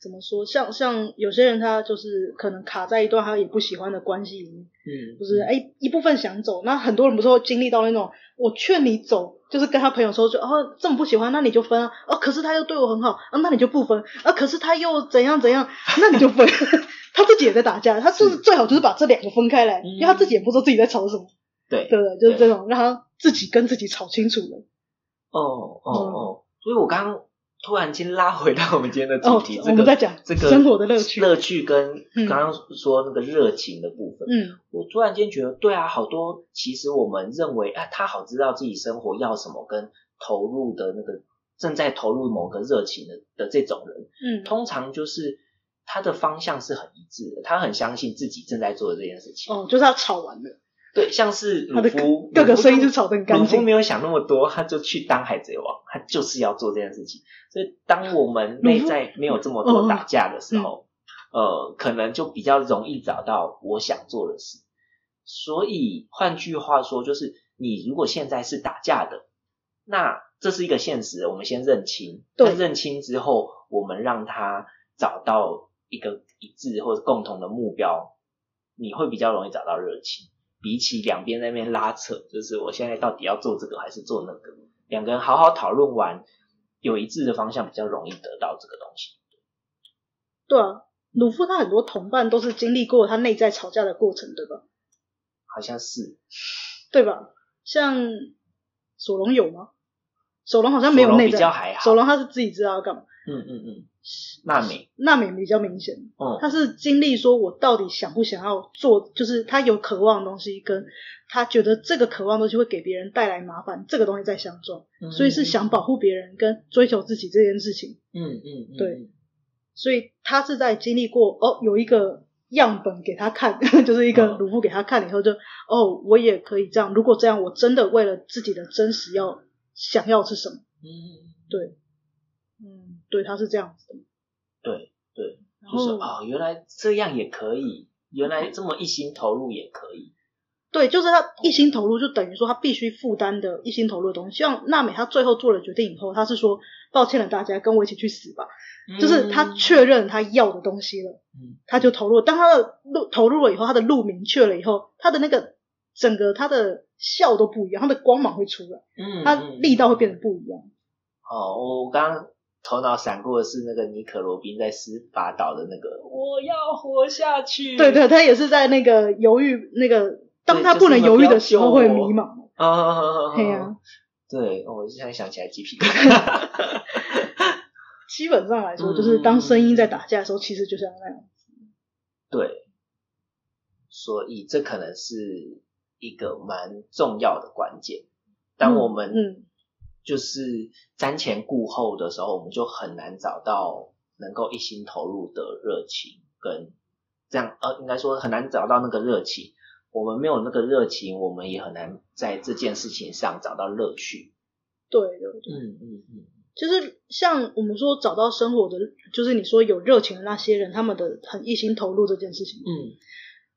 S1: 怎么说，像像有些人他就是可能卡在一段他也不喜欢的关系里面，
S2: 嗯，
S1: 就是哎、一部分想走，那很多人不是会经历到那种我劝你走，就是跟他朋友说就哦这么不喜欢，那你就分啊，哦可是他又对我很好，啊那你就不分，啊可是他又怎样怎样，那你就分， 他自己也在打架，他就是
S2: 是
S1: 最好就是把这两个分开来，
S2: 嗯
S1: 因为他自己也不知道自己在吵什么，
S2: 对，
S1: 对不对？就是这种让他自己跟自己吵清楚了。
S2: 哦哦
S1: 嗯
S2: 哦，所以我刚刚突然间拉回到我们今天的主
S1: 哦
S2: 题，，
S1: 我
S2: 这
S1: 们
S2: 个
S1: 在讲
S2: 这个
S1: 生活的乐趣，
S2: 乐趣跟
S1: 嗯
S2: 刚刚说那个热情的部分，
S1: 嗯
S2: 我突然间觉得，对啊，好多其实我们认为啊，他好知道自己生活要什么，跟投入的那个正在投入某个热情的的这种人，
S1: 嗯，
S2: 通常就是他的方向是很一致的，他很相信自己正在做的这件事情。
S1: 哦，就是他吵完了，
S2: 对，像是
S1: 他
S2: 鲁
S1: 的
S2: 夫，
S1: 各个
S2: 鲁夫
S1: 声音
S2: 就
S1: 就吵得很
S2: 鲁
S1: 干
S2: 夫
S1: 净。
S2: 没有想那么多，他就去当海贼王，他就是要做这件事情。所以，当我们内在没有这么
S1: 嗯
S2: 多打架的时候，呃，可能就比较容易找到我想做的事。所以，换句话说，就是你如果现在是打架的，那这是一个现实，我们先认清。
S1: 对
S2: 但认清之后，我们让他找到一个一致或者共同的目标，你会比较容易找到热情。比起两边在那边拉扯，就是我现在到底要做这个还是做那个，两个人好好讨论完，有一致的方向，比较容易得到这个东西。
S1: 对啊，鲁夫他很多同伴都是经历过他内在吵架的过程，对吧？
S2: 好像是
S1: 对吧？像索隆有吗？索隆好像没有
S2: 索隆
S1: 内
S2: 比
S1: 在，
S2: 较还好
S1: 索隆他是自己知道要干嘛。
S2: 嗯嗯嗯，娜美，
S1: 娜美比较明显，
S2: 嗯
S1: 他是经历说我到底想不想要做，就是他有渴望的东西，跟他觉得这个渴望的东西会给别人带来麻烦，这个东西在相撞，
S2: 嗯
S1: 所以是想保护别人跟追求自己这件事情。
S2: 嗯嗯嗯，
S1: 对，所以他是在经历过哦，有一个样本给他看， 就是一个
S2: 嗯
S1: 鲁夫给他看以后就，哦，我也可以这样。如果这样，我真的为了自己的真实要想要是什么？
S2: 嗯
S1: 对，嗯，对，他是这样子的。
S2: 对对，
S1: 然
S2: 就是
S1: 后、
S2: 哦，原来这样也可以，原来这么一心投入也可以，
S1: 对，就是他一心投入，就等于说他必须负担的一心投入的东西。像娜美，她最后做了决定以后，她是说抱歉了大家，跟我一起去死吧，就是她
S2: 嗯
S1: 确认她要的东西了。
S2: 嗯
S1: 他就投入了。当他的路投入了以后，他的路明确了以后，他的那个整个他的笑都不一样，他的光芒会出来，
S2: 嗯，
S1: 他
S2: 嗯
S1: 力道会变得不一样。
S2: 哦，我刚刚头脑闪过的是那个尼可罗宾在司法岛的那个，我要活下去。
S1: 对对，他也是在那个犹豫那个，当他不能犹豫的时候会迷茫。
S2: 啊啊啊啊，啊
S1: 对呀，
S2: 对，哦我现在想起来鸡皮 疙瘩。
S1: 基本上来说，就是当声音在打架的时候，其实就像那样。
S2: 对，所以这可能是一个蛮重要的关键。当我们
S1: 嗯
S2: 就是瞻前顾后的时候，我们就很难找到能够一心投入的热情，跟这样呃，应该说很难找到那个热情。我们没有那个热情，我们也很难在这件事情上找到乐趣。
S1: 对对对，
S2: 嗯嗯嗯，
S1: 就是像我们说找到生活的，就是你说有热情的那些人，他们的很一心投入这件事情。
S2: 嗯，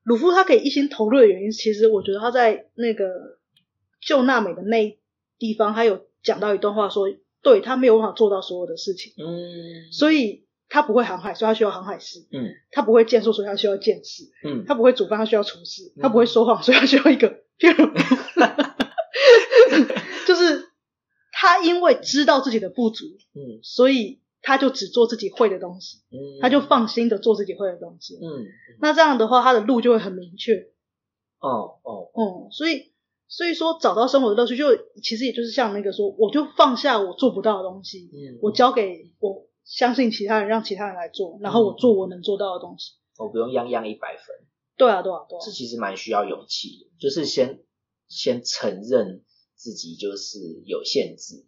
S1: 鲁夫他可以一心投入的原因，其实我觉得他在那个救娜美的那一地方，他有讲到一段话说，对他没有办法做到所有的事情，
S2: 嗯，
S1: 所以他不会航海，所以他需要航海师；
S2: 嗯
S1: 他不会剑术，所以他需要剑士；
S2: 嗯，
S1: 他不会煮饭，他需要厨师；
S2: 嗯
S1: 他不会说谎，所以他需要一 个骗人。就是他因为知道自己的不足，
S2: 嗯
S1: 所以他就只做自己会的东西，
S2: 嗯，
S1: 他就放心的做自己会的东西。
S2: 嗯，
S1: 那这样的话，他的路就会很明确。
S2: 哦哦，
S1: 哦、所以所以说找到生活的乐趣就，其实也就是像那个说，我就放下我做不到的东西，
S2: 嗯，
S1: 我交给我相信其他人，让其他人来做，然后
S2: 嗯
S1: 我做我能做到的东西。
S2: 我不用样样一百分。
S1: 对啊，对啊，对啊
S2: 这，其实蛮需要勇气的，就是先先承认自己就是有限制，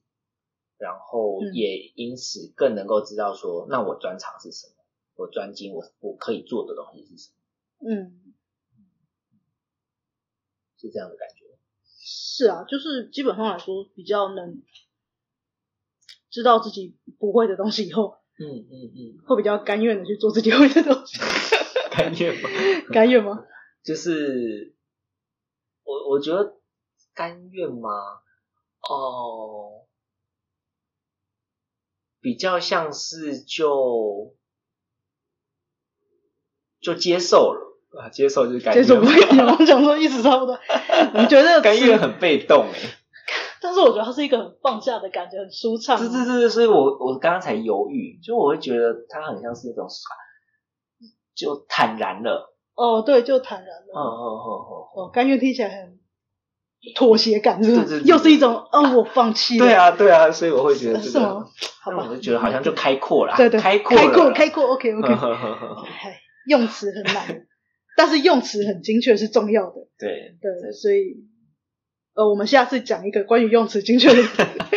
S2: 然后
S1: 嗯
S2: 也因此更能够知道说，那我专长是什么，我专精我我可以做的东西是什么。
S1: 嗯，
S2: 是这样的感觉。
S1: 是啊，就是基本上来说比较能知道自己不会的东西以后，
S2: 嗯嗯嗯，
S1: 会比较甘愿的去做自己会的东西。
S2: 感觉吧，
S1: 甘愿吗？
S2: 就是我我觉得甘愿吗？哦，比较像是就就接受了啊，接受 就是甘
S1: 接
S2: 愿，
S1: 受不会，我想说意思差不多。我觉得
S2: 甘愿很被动哎、
S1: 但是我觉得它是一个很放下的感觉，很舒畅。 啊
S2: 是是是，所以我我刚刚才犹豫，就我会觉得它很像是那种就坦然了，
S1: 哦，对，就坦然
S2: 嗯
S1: 了。
S2: 嗯嗯嗯，
S1: 哦，甘愿听起来很妥协感，是不
S2: 对对
S1: 是？
S2: 对
S1: 又是一种，嗯，我放弃了。呃
S2: 对，啊对啊，所以我会觉得这
S1: 是
S2: 个
S1: 吗，？好
S2: 那我
S1: 吧，
S2: 就觉得好像就开阔了，
S1: 对对，
S2: 开
S1: 阔，
S2: 阔
S1: 开
S2: 了嗯啦
S1: 开阔，OK OK。哎用词很难， 但是用词很精确是重要的。
S2: 对，
S1: 对，所以呃，我们下次讲一个关于用词精确的。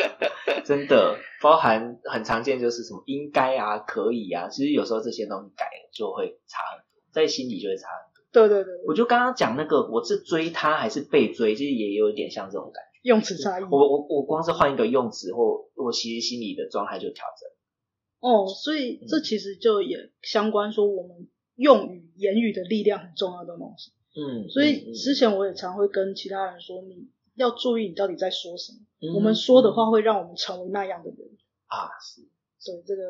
S2: 真的包含很常见就是什么应该啊、可以啊，其实有时候这些东西改了就会差很多，在心里就会差很
S1: 对
S2: 多。
S1: 对对，
S2: 我就刚刚讲那个，我是追他还是被追，其实也有点像这种感觉。
S1: 用词差异。
S2: 我我我光是换一个用词，或我其实心里的状态就调整。
S1: 哦，所以这其实就也相关说我们用语、言语的力量很重要的东西。
S2: 嗯，
S1: 所以之前我也常会跟其他人说，你要注意你到底在说什么。
S2: 嗯
S1: 我们说的话会让我们成为那样的人。
S2: 啊，是
S1: 所以这个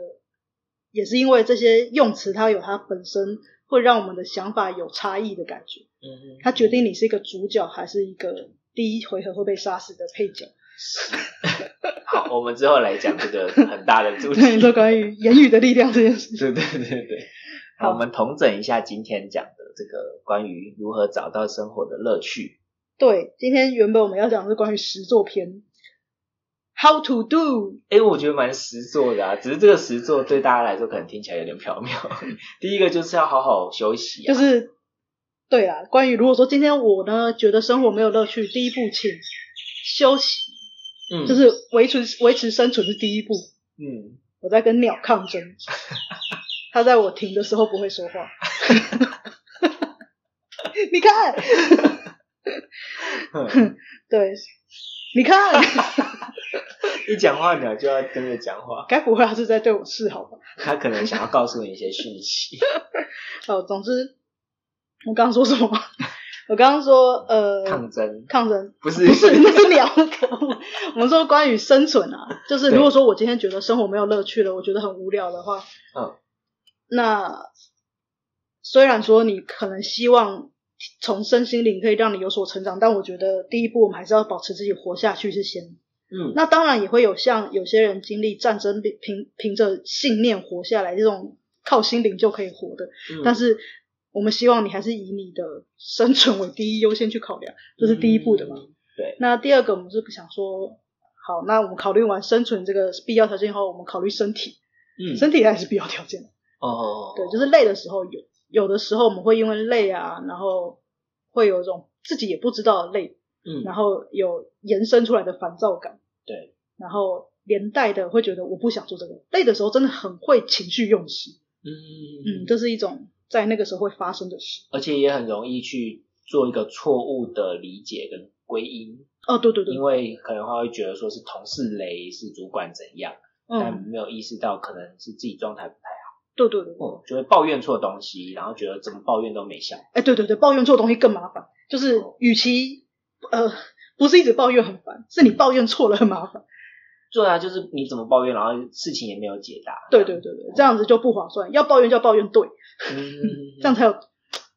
S1: 也是因为这些用词，它有它本身会让我们的想法有差异的感觉，
S2: 嗯，
S1: 它决定你是一个主角还是一个第一回合会被杀死的配角。
S2: 好，我们之后来讲 这个很大的主题。
S1: 你说关于言语的力量这件事情，
S2: 对对对对，好，我们统整一下今天讲的这个关于如何找到生活的乐趣。
S1: 对，今天原本我们要讲的是关于实作篇，How to do，
S2: 哎，我觉得蛮实做的啊，只是这个实做对大家来说可能听起来有点缥缈。 第一个就是要好好休息、啊，
S1: 就是对啦，关于如果说今天我呢觉得生活没有乐趣，第一步请休息，
S2: 嗯，
S1: 就是维持维持生存是第一步。
S2: 嗯，
S1: 我在跟鸟抗争，它在我停的时候不会说话。 你看，
S2: 哼
S1: 对，你看，
S2: 一讲话鸟就要跟着讲话，
S1: 该不会它是在对我示好吧？
S2: 它可能想要告诉你一些讯 息。
S1: 哦，总之，我刚刚说什么？我刚刚说呃，
S2: 抗争
S1: 抗争
S2: 不是
S1: 不是，那是鸟。可恶我们说关于生存啊， 就是
S2: 对
S1: 如果说我今天觉得生活没有乐趣了，我觉得很无聊的话，
S2: 嗯，
S1: 那虽然说你可能希望从身心灵可以让你有所成长，但我觉得第一步我们还是要保持自己活下去是先。
S2: 嗯，
S1: 那当然也会有像有些人经历战争，凭凭凭着信念活下来这种靠心灵就可以活的，
S2: 嗯
S1: 但是我们希望你还是以你的生存为第一优先去考量，这是第一步的嘛。
S2: 嗯对，
S1: 那第二个，我们是想说，好，那我们考虑完生存这个必要条件后，我们考虑身体，
S2: 嗯，
S1: 身体还是必要条件。
S2: 哦，
S1: 对，就是累的时候有，有的时候我们会因为累啊，然后会有一种自己也不知道的累，
S2: 嗯，
S1: 然后有延伸出来的烦躁感，
S2: 对，
S1: 然后连带的会觉得我不想做这个。累的时候真的很会情绪用事，嗯，
S2: 嗯，
S1: 这是一种在那个时候会发生的事。
S2: 而且也很容易去做一个错误的理解跟归因，
S1: 哦，对对对
S2: 因，为可能他会觉得说是同事雷，是主管怎样，但
S1: 嗯，
S2: 没有意识到可能是自己状态不太
S1: 对对对，
S2: 好，嗯，就会抱怨错东西，然后觉得怎么抱怨都没效。
S1: 哎，对对对，抱怨错东西更麻烦，就是
S2: 哦
S1: 与其呃。不是一直抱怨很烦，是你
S2: 嗯
S1: 抱怨错了很麻烦。
S2: 对啊，就是你怎么抱怨，然后事情也没有解答。
S1: 对对对对，这样子就不划算。要抱怨就要抱怨对，
S2: 嗯，
S1: 这样才有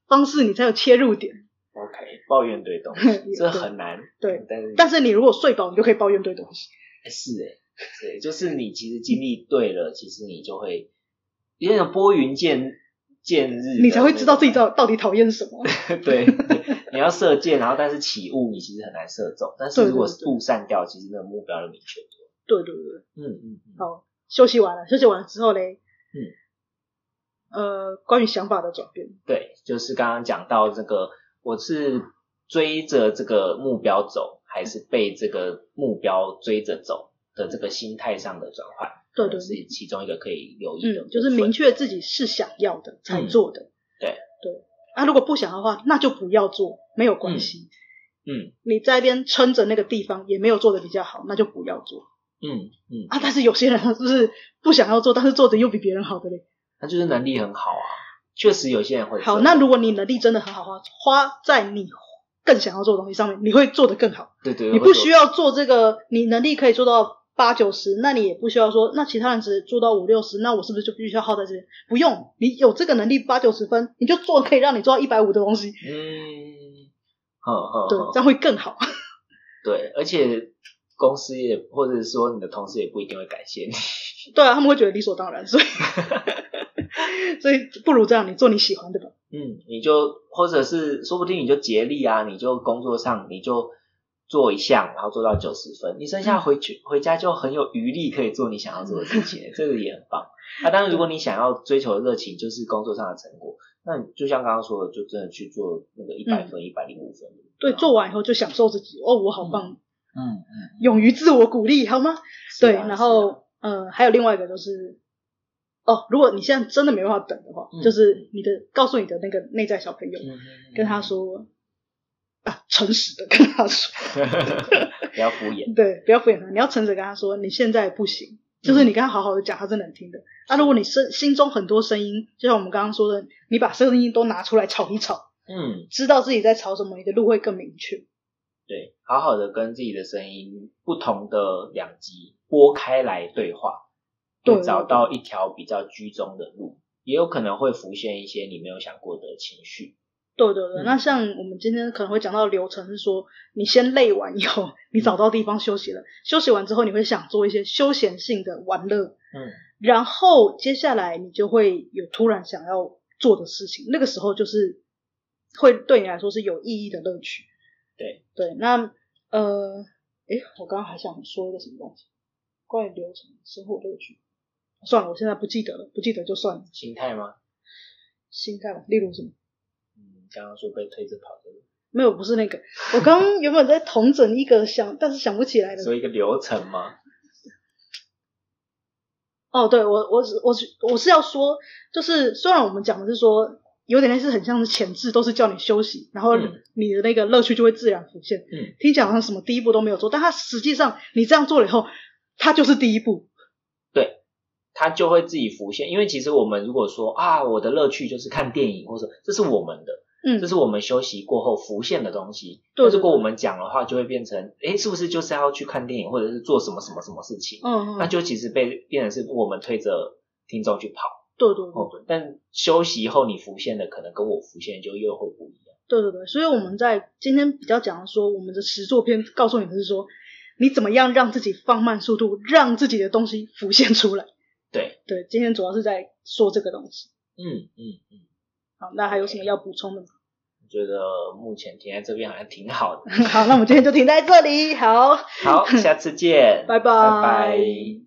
S1: 方式，你才有切入点。
S2: OK，抱怨对东西，这很难。
S1: 对，
S2: 但是
S1: 但是你如果睡饱，你就可以抱怨对东西。
S2: 是哎，对，就是你其实经历对了，其实你就会有点拨云见见日，
S1: 你才会知道自己。到到底讨厌什么。
S2: 对，对你要射箭，然后但是起雾，你其实很难射中。但是
S1: 对
S2: 如果
S1: 对对
S2: 雾散掉，其实那个目标就明确多。
S1: 对对对，
S2: 嗯嗯嗯，
S1: 好，休息完了，休息完了之后嘞，
S2: 嗯，
S1: 呃，关于想法的转变，
S2: 对，就是刚刚讲到这个，我是追着这个目标走，还是被这个目标追着走的这个心态上的转换，
S1: 对对
S2: 是
S1: 对，
S2: 其中一个可以留意的部
S1: 嗯，
S2: 分，
S1: 就是明确自己是想要的才做的。
S2: 嗯对
S1: 对，啊，如果不想的话，那就不要做，没有关系。
S2: 嗯
S1: 你在那边撑着那个地方也没有做的比较好，那就不要做
S2: 嗯嗯，
S1: 啊。但是有些人他就是不想要做，但是做的又比别人好的嘞。
S2: 他就是能力很好啊，确实有些人会这样。
S1: 好，那如果你能力真的很好的话，花在你更想要做的东西上面，你会做得更好。
S2: 对对，
S1: 你
S2: 会
S1: 不
S2: 做
S1: 需要做这个，你能力可以做到八九十，那你也不需要说，那其他人只做到五六十，那我是不是就必须要耗在这边？不用，你有这个能力八九十分，你就做可以让你做到一百五的东西，
S2: 嗯，好好
S1: 对，
S2: 好
S1: 这样会更 好。
S2: 对，而且公司也或者说你的同事也不一定会感谢你。
S1: 对啊，他们会觉得理所当然， 所以所以不如这样，你做你喜欢的吧。
S2: 嗯，你就或者是说不定你就竭力啊，你就工作上你就做一项，然后做到九十分，你剩
S1: 嗯
S2: 下回去、回家就很有余力可以做你想要做的事 情，这个也很棒。啊，当然，如果你想要追求的热情就是工作上的成果，那你就像刚刚说的，就真的去做那个一
S1: 嗯
S2: 百分、一百零五分。
S1: 对，做完以后就享受自己，哦，我好棒，
S2: 嗯嗯，
S1: 勇于自我鼓励，好吗？
S2: 是
S1: 对，
S2: 啊是
S1: 然
S2: 啊
S1: 后呃，还有另外一个就是，哦，如果你现在真的没办法等的话，
S2: 嗯
S1: 就是你的告诉你的那个内在小朋友，
S2: 嗯嗯
S1: 跟他说啊，诚实的跟他说，
S2: 嗯 不要敷衍。
S1: 对，不要敷衍他，你要诚实地跟他说，你现在不行，就是你跟他好好的讲，他是能听的。那、如果你声心中很多声音，就像我们刚刚说的，你把声音都拿出来吵一吵，
S2: 嗯，
S1: 知道自己在吵什么，你的路会更明确。
S2: 对，好好的跟自己的声音不同的两极拨开来对话，
S1: 对
S2: 会找到一条比较居中的路，也有可能会浮现一些你没有想过的情绪。
S1: 对对对，
S2: 嗯
S1: 那像我们今天可能会讲到的流程是说，你先累完以后，你找到地方休息了，休息完之后，你会想做一些休闲性的玩乐，
S2: 嗯
S1: 然后接下来你就会有突然想要做的事情，那个时候就是会对你来说是有意义的乐趣。
S2: 对
S1: 对，那呃，诶，我刚刚还想说一个什么东西，关于流程生活乐趣，算了，我现在不记得了，不记得就算了，
S2: 心态吗？
S1: 心态吧，例如什么。
S2: 嗯，刚刚说被推着跑的，
S1: 没有，不是那个。我刚刚原本在统整一个想，但是想不起来了。
S2: 所以一个流程吗？
S1: 哦，对，我我是我是我是要说，就是虽然我们讲的是说，有点类似很像是前置，都是叫你休息，然后
S2: 嗯
S1: 你的那个乐趣就会自然浮现。
S2: 嗯，
S1: 听起来好像什么第一步都没有做，但它实际上你这样做了以后，它就是第一步。
S2: 对，它就会自己浮现。因为其实我们如果说啊，我的乐趣就是看电影，或者这是我们的，
S1: 嗯
S2: 这，是我们休息过后浮现的东西。
S1: 对
S2: 那如果我们讲的话，就会变成，诶，是不是就是要去看电影，或者是做什么什么什么事情？
S1: 嗯
S2: 那
S1: 嗯，
S2: 就其实被变成是我们推着听众去跑。
S1: 对对对
S2: 哦，但休息后你浮现的，可能跟我浮现就又会不一样。
S1: 对对对，所以我们在今天比较讲的说，我们的实作篇告诉你的是说，你怎么样让自己放慢速度，让自己的东西浮现出来。
S2: 对，
S1: 对，今天主要是在说这个东西。
S2: 嗯嗯嗯，
S1: 好，那还有什么要补充的吗？
S2: 我觉得目前停在这边好像挺 好的。
S1: 好，那我们今天就停在这里。好，
S2: 好，下次见，
S1: 拜拜
S2: 拜拜